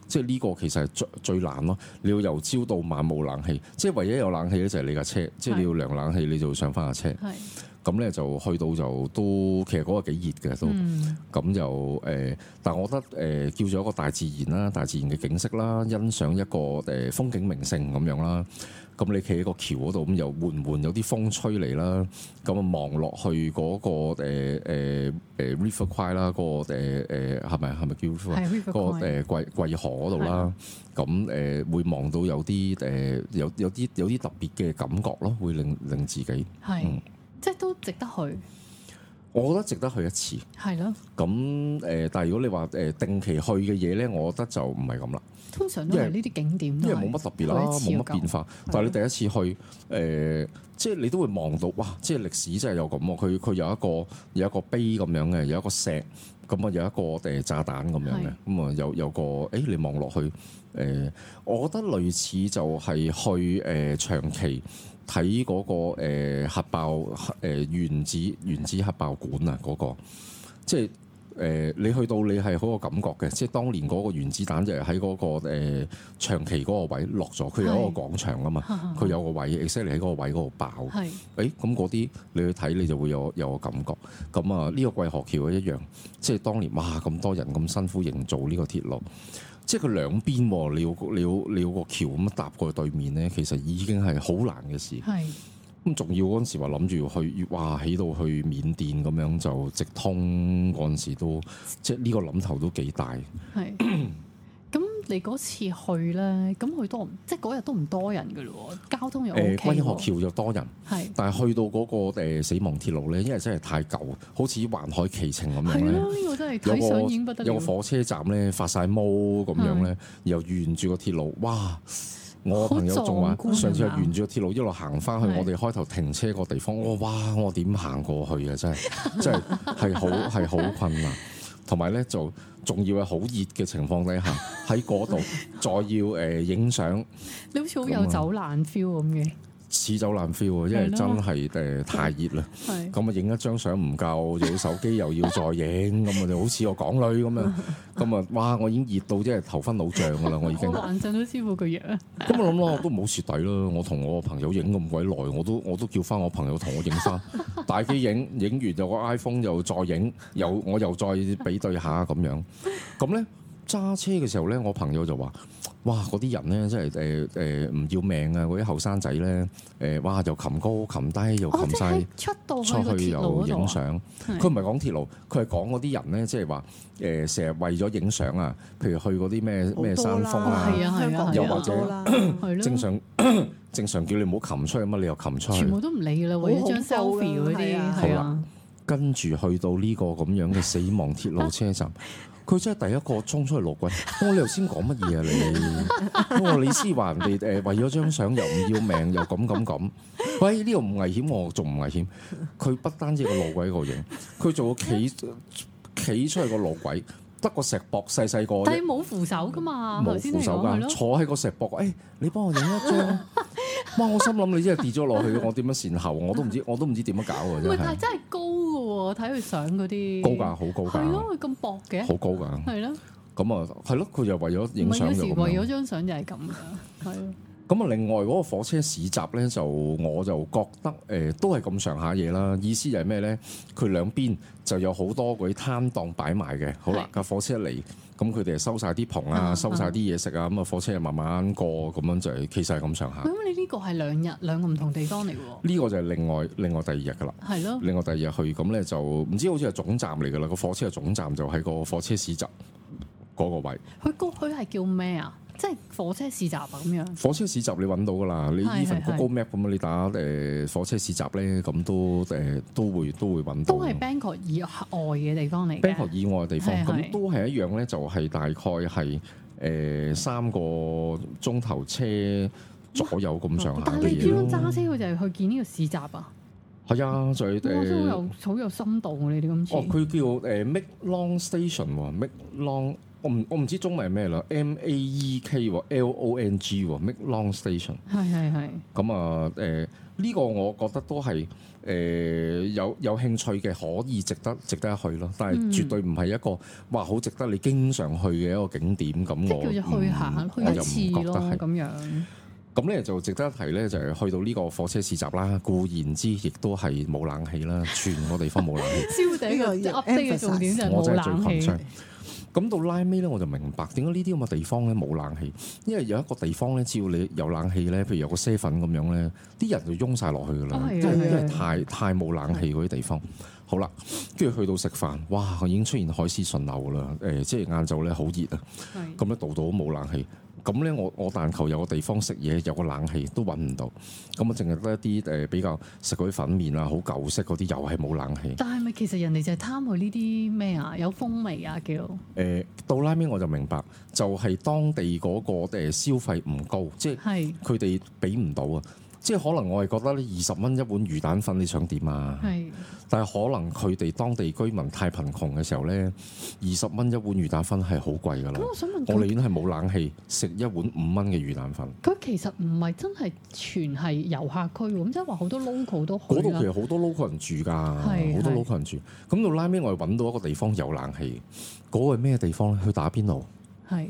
[SPEAKER 1] 即係呢個其實係最最難咯。你要由朝到晚冇冷氣，即係唯一有冷氣咧就係你架車，即係你要涼冷氣，你就要上翻架車。
[SPEAKER 2] 係
[SPEAKER 1] 咁咧就去到就都其實嗰個幾熱嘅都，
[SPEAKER 2] 嗯
[SPEAKER 1] 咁、就誒、呃但我覺得誒、呃叫做一個大自然啦，大自然嘅景色啦，欣賞一個誒、呃、風景名勝咁樣啦。咁你企喺個橋嗰度，咁又緩緩有啲風吹嚟啦，咁啊望落去嗰、個誒誒誒 River Quay 啦，嗰個誒誒係咪係咪叫 River？Kwai？
[SPEAKER 2] 係 River
[SPEAKER 1] 個
[SPEAKER 2] Coin
[SPEAKER 1] 誒桂桂河嗰度啦，咁誒會望到有啲誒有有啲有啲特別嘅感覺咯，會令令自己，嗯
[SPEAKER 2] 係即係都值得去，
[SPEAKER 1] 我覺得值得去一次。
[SPEAKER 2] 係咯，
[SPEAKER 1] 咁誒、呃但係如果你話誒、呃定期去嘅嘢咧，我覺得就唔係咁啦，
[SPEAKER 2] 通常都
[SPEAKER 1] 因為
[SPEAKER 2] 係呢啲景點
[SPEAKER 1] 因
[SPEAKER 2] 都
[SPEAKER 1] 為
[SPEAKER 2] 係，
[SPEAKER 1] 冇乜特別啦，
[SPEAKER 2] 去一
[SPEAKER 1] 冇
[SPEAKER 2] 次
[SPEAKER 1] 乜變化。但係你第一次去誒、呃即係你都會望到，哇！即係歷史真係有咁喎，佢佢有一個有一個碑咁樣嘅，有一個石，咁啊有一個誒炸彈咁樣嘅
[SPEAKER 2] 係，
[SPEAKER 1] 咁啊有有個誒、欸你望落去誒、呃我覺得類似就係去誒、呃、長期。睇嗰、個、呃、核爆誒、呃原子原子核爆館啊，嗰、個即係誒、呃你去到你係好有感覺嘅，即係當年嗰個原子彈就係喺嗰個誒、呃、長期嗰個位落咗，佢有一個廣場啊嘛，
[SPEAKER 2] 嗯
[SPEAKER 1] 佢有個位 exactly 喺嗰個位嗰度爆。
[SPEAKER 2] 係
[SPEAKER 1] 誒咁嗰啲你去睇你就會有有個感覺。咁啊呢個桂河橋一樣，即係當年哇咁多人咁辛苦營造呢個鐵路，即係佢兩邊喎你要你要你要個橋咁搭過去對面咧，其實已經係好難嘅事。
[SPEAKER 2] 係
[SPEAKER 1] 咁仲要嗰陣時話諗住去，哇起到去緬甸咁樣就直 通嗰陣時都，即係呢個諗頭都幾大。
[SPEAKER 2] 係。咁你嗰次去咧，咁佢多唔即係嗰日都唔多人嘅咯喎，交通又 O
[SPEAKER 1] 誒
[SPEAKER 2] K
[SPEAKER 1] 軍醫
[SPEAKER 2] 喎，
[SPEAKER 1] 學橋就多人，
[SPEAKER 2] 係
[SPEAKER 1] 但係去到嗰、個、誒死亡鐵路咧，因為真係太舊，好似環海奇情咁樣
[SPEAKER 2] 係
[SPEAKER 1] 咧。
[SPEAKER 2] 咯，呢個真係
[SPEAKER 1] 有
[SPEAKER 2] 睇相已經
[SPEAKER 1] 個
[SPEAKER 2] 不得
[SPEAKER 1] 有
[SPEAKER 2] 了嗯
[SPEAKER 1] 個，火車站咧發晒毛咁樣咧，然後沿住個鐵路，哇！我朋友仲
[SPEAKER 2] 好
[SPEAKER 1] 話
[SPEAKER 2] 壯觀啊
[SPEAKER 1] 上次係沿住個鐵路一路行翻去
[SPEAKER 2] 係
[SPEAKER 1] 我哋開頭停車個地方，我哇！我點行過去啊？真 係真係係好係好困難。同埋咧就仲要係好熱嘅情況底下喺嗰度，再要誒影相
[SPEAKER 2] 你好似
[SPEAKER 1] 啊
[SPEAKER 2] 好有走難 feel 咁嘅，
[SPEAKER 1] 似走爛 feel 啊！因為
[SPEAKER 2] 係咯
[SPEAKER 1] 真係誒太熱啦。
[SPEAKER 2] 係
[SPEAKER 1] 咁啊影一張相唔夠，又要手機又要再影，咁啊就好似我港女咁 啊，咁啊，哇！我已經熱到即係頭昏腦脹噶啦，我已經。
[SPEAKER 2] 我
[SPEAKER 1] 咁
[SPEAKER 2] 幻想到師傅個啊樣，
[SPEAKER 1] 我諗咯，我都唔好蝕底啦。我同我朋友影咁鬼耐，我都我都叫翻我朋友同我影翻，大機 影，影完又個 iPhone 又再影，又我又再比對下咁樣。咁咧揸車嘅時候咧，我朋友就話：，哇！嗰啲人咧，真係誒誒唔要命啊！嗰啲後生仔咧，誒、哇！又擒高擒低又
[SPEAKER 2] 哦，
[SPEAKER 1] 擒
[SPEAKER 2] 即
[SPEAKER 1] 細
[SPEAKER 2] 係。出到去個
[SPEAKER 1] 出去
[SPEAKER 2] 鐵路
[SPEAKER 1] 又
[SPEAKER 2] 嗰度
[SPEAKER 1] 影
[SPEAKER 2] 啊
[SPEAKER 1] 相，
[SPEAKER 2] 係
[SPEAKER 1] 佢唔係講鐵路，佢係講嗰啲人咧，即係話誒成日為咗影相啊，譬如去嗰啲咩咩山峰
[SPEAKER 2] 好多
[SPEAKER 1] 啊，
[SPEAKER 2] 係啦啊係啊
[SPEAKER 3] 香港
[SPEAKER 1] 又或者
[SPEAKER 3] 哦好多啦，
[SPEAKER 2] 係咯，
[SPEAKER 1] 正常 正常叫你唔好擒出去乜，你又擒出
[SPEAKER 2] 全
[SPEAKER 1] 去
[SPEAKER 2] 部，都唔理啦，
[SPEAKER 3] 好
[SPEAKER 2] 為咗張
[SPEAKER 3] 恐怖
[SPEAKER 2] selfie 嗰
[SPEAKER 3] 啦係
[SPEAKER 2] 啲
[SPEAKER 3] 啊
[SPEAKER 2] 係
[SPEAKER 1] 好
[SPEAKER 2] 啊，
[SPEAKER 1] 跟住去到呢個咁樣嘅死亡鐵路車 站。佢真係第一個衝出去落跪，我話你頭先講乜嘢啊你？我話你先話人哋誒為咗張相又唔要命又咁咁咁，喂呢度唔危險，我仲唔危險？佢不單止個路軌個影，佢仲要企企出去個路軌，得個石博細細個
[SPEAKER 2] 但
[SPEAKER 1] 啫
[SPEAKER 2] 係冇扶手噶嘛，啊頭
[SPEAKER 1] 冇
[SPEAKER 2] 先
[SPEAKER 1] 扶
[SPEAKER 2] 你
[SPEAKER 1] 手
[SPEAKER 2] 講係
[SPEAKER 1] 㗎，
[SPEAKER 2] 咯，
[SPEAKER 1] 坐喺個石博，誒、你幫我影一 張。哇！我心諗你真係跌咗落去，我點樣善後？我都唔知，我都唔知點樣搞啊！
[SPEAKER 2] 唔係
[SPEAKER 1] 真
[SPEAKER 2] 但係
[SPEAKER 1] 係
[SPEAKER 2] 真係高嘅喎，睇佢相嗰啲
[SPEAKER 1] 高㗎，好高
[SPEAKER 2] 係
[SPEAKER 1] 㗎，
[SPEAKER 2] 咯，佢咁薄嘅，
[SPEAKER 1] 好高㗎。
[SPEAKER 2] 係咯，
[SPEAKER 1] 咁啊，係咯，佢就為咗
[SPEAKER 2] 唔
[SPEAKER 1] 影
[SPEAKER 2] 係
[SPEAKER 1] 相
[SPEAKER 2] 有時
[SPEAKER 1] 就咁
[SPEAKER 2] 為咗
[SPEAKER 1] 樣。
[SPEAKER 2] 張相就係咁㗎，係啊。
[SPEAKER 1] 咁啊，另外嗰個火車市集咧，就我就覺得誒、呃都係咁上下嘢啦。意思就係咩咧？佢兩邊就有好多嗰啲攤檔擺賣嘅。好啦，架火車嚟，咁佢哋收晒啲棚
[SPEAKER 2] 啊
[SPEAKER 1] 啊，收晒啲嘢食啊，咁啊火車就慢慢過，咁樣就係其實係咁上下。
[SPEAKER 2] 咁你呢個係兩日兩個唔同地方嚟喎，
[SPEAKER 1] 呢個就係另外另外第二日㗎啦。
[SPEAKER 2] 係咯，
[SPEAKER 1] 另外第二日去咁咧就唔知好似係總站嚟㗎啦，個火車嘅總站就喺個火車市集嗰個位。
[SPEAKER 2] 佢高佢係叫咩啊？即係火車市集啊咁樣，
[SPEAKER 1] 火車市集你揾到㗎啦，你
[SPEAKER 2] 係
[SPEAKER 1] 依份
[SPEAKER 2] 係係
[SPEAKER 1] Google Map 咁你打誒、呃火車市集咧，咁都誒、呃都會都會揾到。
[SPEAKER 2] 都係 Bangkok 以外嘅地方嚟
[SPEAKER 1] b a n k o
[SPEAKER 2] 嘅，
[SPEAKER 1] 哦以外嘅地方，
[SPEAKER 2] 係係
[SPEAKER 1] 咁都係一樣咧，就係、大概係誒、呃三個鐘頭車左右咁上下
[SPEAKER 2] 哦但
[SPEAKER 1] 嘅
[SPEAKER 2] 係你點
[SPEAKER 1] 嘢
[SPEAKER 2] 樣揸
[SPEAKER 1] 咯。
[SPEAKER 2] 車佢就係去見呢個市集啊？
[SPEAKER 1] 係啊，就係、
[SPEAKER 2] 哇，都
[SPEAKER 1] 誒。
[SPEAKER 2] 有好有深度啊喎！你哋今次
[SPEAKER 1] 哦，佢叫誒 Make Long Station 喎，Make Long，我唔我唔知中文係咩啦，M A E K 喎，L O N G 喎，Make Long Station。
[SPEAKER 2] 係係係，
[SPEAKER 1] 咁啊誒呢個我覺得都係誒、呃有有興趣嘅，可以值得值得一去咯。但係
[SPEAKER 2] 嗯
[SPEAKER 1] 絕對唔係一個哇好值得你經常去嘅一個景點咁。
[SPEAKER 2] 即
[SPEAKER 1] 我
[SPEAKER 2] 係叫做去下
[SPEAKER 1] 嗯
[SPEAKER 2] 去
[SPEAKER 1] 我就唔
[SPEAKER 2] 一次
[SPEAKER 1] 覺得
[SPEAKER 2] 咯
[SPEAKER 1] 係
[SPEAKER 2] 咁樣，
[SPEAKER 1] 咁咧就值得一提咧，就係、去到呢個火車市集啦，固然之亦都係冇冷氣啦，全個地方冇冷氣。
[SPEAKER 2] 燒頂
[SPEAKER 3] 呢個
[SPEAKER 2] 嘅
[SPEAKER 3] 要
[SPEAKER 2] update 嘅重點就係
[SPEAKER 1] 我
[SPEAKER 2] 冇
[SPEAKER 1] 真係最
[SPEAKER 2] 冷
[SPEAKER 1] 困
[SPEAKER 2] 氣，
[SPEAKER 1] 傷。咁到拉尾咧，我就明白點解呢啲咁嘅地方咧冇冷氣，因為有一個地方咧，只要你有冷氣咧，譬如有個啡粉咁樣咧，啲人就擁晒落去噶
[SPEAKER 2] 哦
[SPEAKER 1] 啦，
[SPEAKER 2] 係啊
[SPEAKER 1] 因為因為
[SPEAKER 2] 係啊
[SPEAKER 1] 太太冇冷氣嗰啲地方。好啦，跟住去到食飯，哇！已經出現海市蜃樓啦，誒、即係晏晝咧好熱啊，
[SPEAKER 2] 係
[SPEAKER 1] 咁咧度度都冇冷氣。咁咧，我我但求有個地方食嘢，有個冷氣都揾唔到，咁啊，淨係得一啲誒比較食嗰啲粉面啊，好舊式嗰啲，又係冇冷氣。
[SPEAKER 2] 但係咪其實人哋就係貪佢呢啲咩啊？有風味啊叫，
[SPEAKER 1] 誒、到拉尾我就明白，就係、當地嗰個誒消費唔高，即係
[SPEAKER 2] 係
[SPEAKER 1] 佢哋俾唔到啊。即係可能我係覺得咧，二十蚊一碗魚蛋粉你想點啊？
[SPEAKER 2] 係
[SPEAKER 1] 但係可能佢哋當地居民太貧窮嘅時候咧，二十蚊一碗魚蛋粉係好貴㗎啦
[SPEAKER 2] 咁。我想問
[SPEAKER 1] 我寧
[SPEAKER 2] 佢
[SPEAKER 1] 願係冇冷氣，食一碗五蚊嘅魚蛋粉。
[SPEAKER 2] 佢其實唔係真係全係遊客區喎，咁即係話好多 local 都去
[SPEAKER 1] 嗰度
[SPEAKER 2] 啦
[SPEAKER 1] 其，實好多 local 人住
[SPEAKER 2] 係
[SPEAKER 1] 㗎，好多
[SPEAKER 2] 啊係
[SPEAKER 1] local 人住。咁到拉尾我係揾到一個地方有冷氣，嗰、個係咩地方咧？去打邊爐。
[SPEAKER 2] 係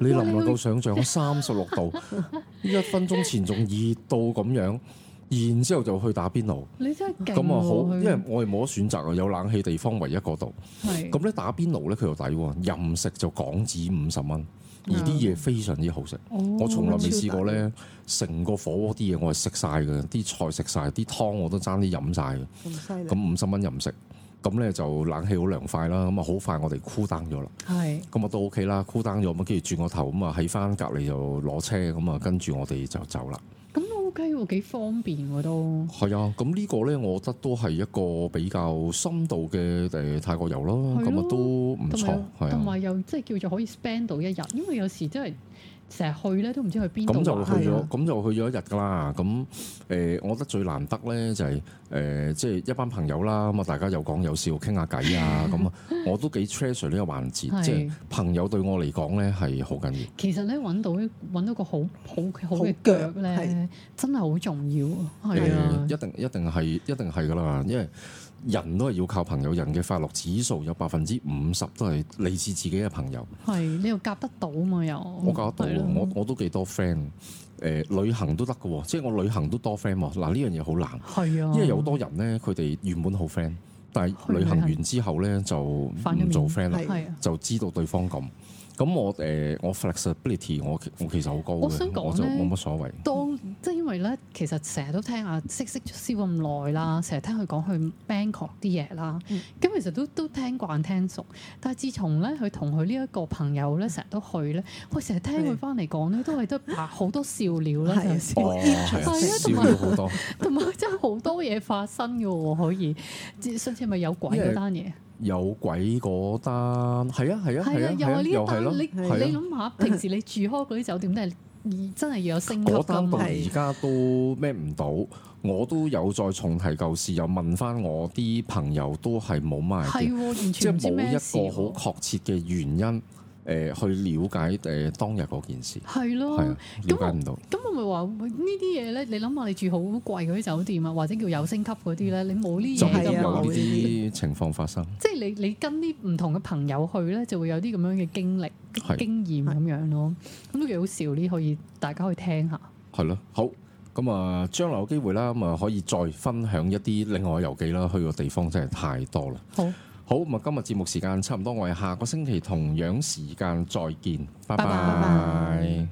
[SPEAKER 1] 你能唔能夠想 象三十六度，一分鐘前仲熱到咁樣，然之後就去打邊爐，
[SPEAKER 2] 你真係勁
[SPEAKER 1] 咁啊好，
[SPEAKER 2] 喎！
[SPEAKER 1] 因為我哋冇得選擇啊，有冷氣地方唯一嗰度。
[SPEAKER 2] 係
[SPEAKER 1] 咁咧打邊爐咧佢又抵喎，任食就港紙五十蚊，而啲嘢非常之好食。
[SPEAKER 2] 哦
[SPEAKER 1] 我從來未試過咧，成個火鍋啲嘢我係食晒嘅，啲菜食晒，啲湯我都爭啲飲晒嘅。
[SPEAKER 3] 咁犀利。
[SPEAKER 1] 咁五十蚊任食，咁咧就冷氣好涼快啦，咁啊好快我哋 cool down 咗啦，
[SPEAKER 2] 係
[SPEAKER 1] 咁啊都 OK 啦，cool down 咗咁，跟住轉個頭咁啊喺翻隔離就攞車，咁啊跟住我哋就走啦。
[SPEAKER 2] 咁都 OK 喎，幾方便喎都。
[SPEAKER 1] 係啊，咁呢個咧，我覺得都係一個比較深度嘅誒泰國遊啦，
[SPEAKER 2] 係
[SPEAKER 1] 咁啊
[SPEAKER 2] 咯
[SPEAKER 1] 都唔
[SPEAKER 2] 同
[SPEAKER 1] 錯
[SPEAKER 2] 埋，
[SPEAKER 1] 係
[SPEAKER 2] 同
[SPEAKER 1] 啊。
[SPEAKER 2] 埋又即係叫做可以 spend 到一日，因為有時真係成日去咧都唔知去邊
[SPEAKER 1] 咁
[SPEAKER 2] 度啊
[SPEAKER 1] 就
[SPEAKER 2] 玩。
[SPEAKER 1] 去
[SPEAKER 3] 係
[SPEAKER 1] 咗，
[SPEAKER 3] 啊
[SPEAKER 1] 咁就去咗一日㗎啦。咁誒，我覺得最難得咧就係誒，即係一班朋友啦，咁啊大家有講有笑，傾下偈啊， 咁啊，我都幾 treasure 呢個環節，
[SPEAKER 2] 係
[SPEAKER 1] 即係朋友對我嚟講咧係好緊要。
[SPEAKER 2] 其實咧揾到揾到個好好好嘅
[SPEAKER 3] 好腳
[SPEAKER 2] 腳咧
[SPEAKER 3] 係，
[SPEAKER 2] 真係好重要。係啊
[SPEAKER 1] 誒，一定一定係一定係㗎啦，因為人都係要靠朋友，人嘅快樂指數有百分之五十都係嚟自自己嘅朋友。
[SPEAKER 2] 係你又夾得到嘛又。
[SPEAKER 1] 我搞得到
[SPEAKER 2] 哦係啊
[SPEAKER 1] 喎
[SPEAKER 2] 咯，
[SPEAKER 1] 我我都幾多 friend，誒、旅行都得嘅喎，即係我旅行都多 friend 喎。嗱呢樣嘢好難，
[SPEAKER 2] 係啊，
[SPEAKER 1] 因為有好多人咧，佢哋原本好 friend，但
[SPEAKER 2] 去
[SPEAKER 1] 係
[SPEAKER 2] 旅
[SPEAKER 1] 旅
[SPEAKER 2] 行
[SPEAKER 1] 行完之後咧就唔
[SPEAKER 2] 反咗面
[SPEAKER 1] 做 friend 啦，
[SPEAKER 3] 係
[SPEAKER 2] 係啊。
[SPEAKER 1] 就知道對方咁。咁我誒、呃我 flexibility 我其我其實好高
[SPEAKER 2] 我想
[SPEAKER 1] 嘅，
[SPEAKER 2] 講
[SPEAKER 1] 我就
[SPEAKER 2] 咧
[SPEAKER 1] 冇乜所謂。
[SPEAKER 2] 當即係因為咧，其實成日都聽阿識識燒咁耐啦，成日聽佢講去 Bangkok 啲嘢啦，
[SPEAKER 3] 嗯
[SPEAKER 2] 咁、其實都都聽慣聽熟。但係自從咧佢同佢呢一個朋友
[SPEAKER 1] 嗯
[SPEAKER 2] 咧，成日都去咧，我成日聽佢
[SPEAKER 3] 係
[SPEAKER 2] 翻嚟講咧，都係得白好多笑料啦，
[SPEAKER 3] 係啊
[SPEAKER 2] 有時
[SPEAKER 1] 哦，係啊，
[SPEAKER 2] 係
[SPEAKER 1] 少
[SPEAKER 2] 啊同埋
[SPEAKER 1] 咗好多。
[SPEAKER 2] 同埋真係好多嘢發生嘅喎，可以。即上次咪有鬼嗰單嘢，
[SPEAKER 1] 有鬼嗰單，係啊係啊
[SPEAKER 2] 係
[SPEAKER 1] 係
[SPEAKER 2] 啊，
[SPEAKER 1] 啊
[SPEAKER 2] 又係呢
[SPEAKER 1] 又
[SPEAKER 2] 一
[SPEAKER 1] 係
[SPEAKER 2] 單。
[SPEAKER 1] 咯
[SPEAKER 2] 你，
[SPEAKER 1] 係
[SPEAKER 2] 你
[SPEAKER 1] 啊。
[SPEAKER 2] 諗下，平時你住開嗰啲酒店都係真係要有升級
[SPEAKER 1] 嗰
[SPEAKER 2] 㗎
[SPEAKER 1] 單到
[SPEAKER 2] 嘛。
[SPEAKER 1] 而家都孭唔到，我都有再重提舊事，又問翻我啲朋友都係冇賣
[SPEAKER 2] 係
[SPEAKER 1] 嘅，
[SPEAKER 2] 喎，完
[SPEAKER 1] 即
[SPEAKER 2] 全唔
[SPEAKER 1] 係
[SPEAKER 2] 知
[SPEAKER 1] 冇
[SPEAKER 2] 咩事
[SPEAKER 1] 一個。
[SPEAKER 2] 喎
[SPEAKER 1] 好確切嘅原因誒、呃去了解誒、呃、當日嗰件事，
[SPEAKER 2] 係咯，
[SPEAKER 1] 係啊，
[SPEAKER 2] 哦咁
[SPEAKER 1] 了解唔到。
[SPEAKER 2] 咁我咪話喂呢啲嘢咧，你諗下你住好貴嗰啲酒店啊，或者叫有星級嗰啲咧，你冇呢
[SPEAKER 1] 就
[SPEAKER 2] 嘢
[SPEAKER 1] 係
[SPEAKER 3] 係啊
[SPEAKER 2] 㗎
[SPEAKER 1] 有
[SPEAKER 2] 嘛
[SPEAKER 1] 呢
[SPEAKER 3] 冇。
[SPEAKER 1] 啲情況發生，
[SPEAKER 2] 即係你你跟啲唔同嘅朋友去咧，就會有啲咁樣嘅經歷
[SPEAKER 1] 係
[SPEAKER 2] 經驗咁樣咯。咁都幾好笑呢，可以大家去聽下。
[SPEAKER 1] 係咯，好咁啊，將來有機會啦，咁啊可以再分享一啲另外嘅遊記啦，去個地方真係太多啦。
[SPEAKER 2] 好，
[SPEAKER 1] 好咁啊，今日節目時間差唔多，我哋下個星期同樣時間再見，
[SPEAKER 2] 拜拜
[SPEAKER 1] 拜拜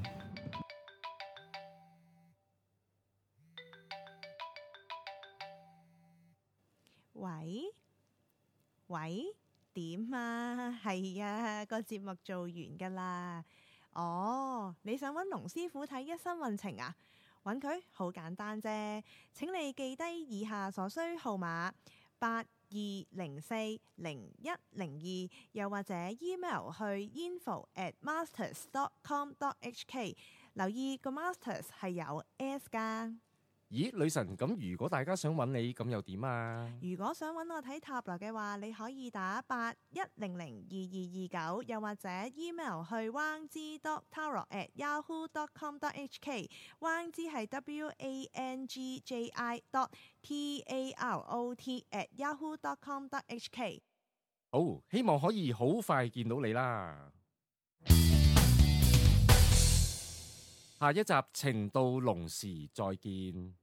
[SPEAKER 4] 喂喂，點啊？ 係啊，個節目做完噶啦。哦，你想揾龍師傅睇一生運程啊？揾佢好簡單啫。請你記低以下所需號碼：八二零四零一零二，又或者 email 去 info at masters dot com dot hk。留意個 masters 係有 s 㗎。
[SPEAKER 1] 咦，女神，咁如果大家想揾你，咁又點啊？
[SPEAKER 4] 如果想揾我睇塔羅嘅話，你可以打八一零零二二二九，又或者 email 去 wang z dot tarot at yahoo dot com dot hk。wang z 係 w a n g j i dot t a r o t at yahoo dot com dot hk。
[SPEAKER 1] 好，希望可以好快見到你啦。下一集情到濃時再見。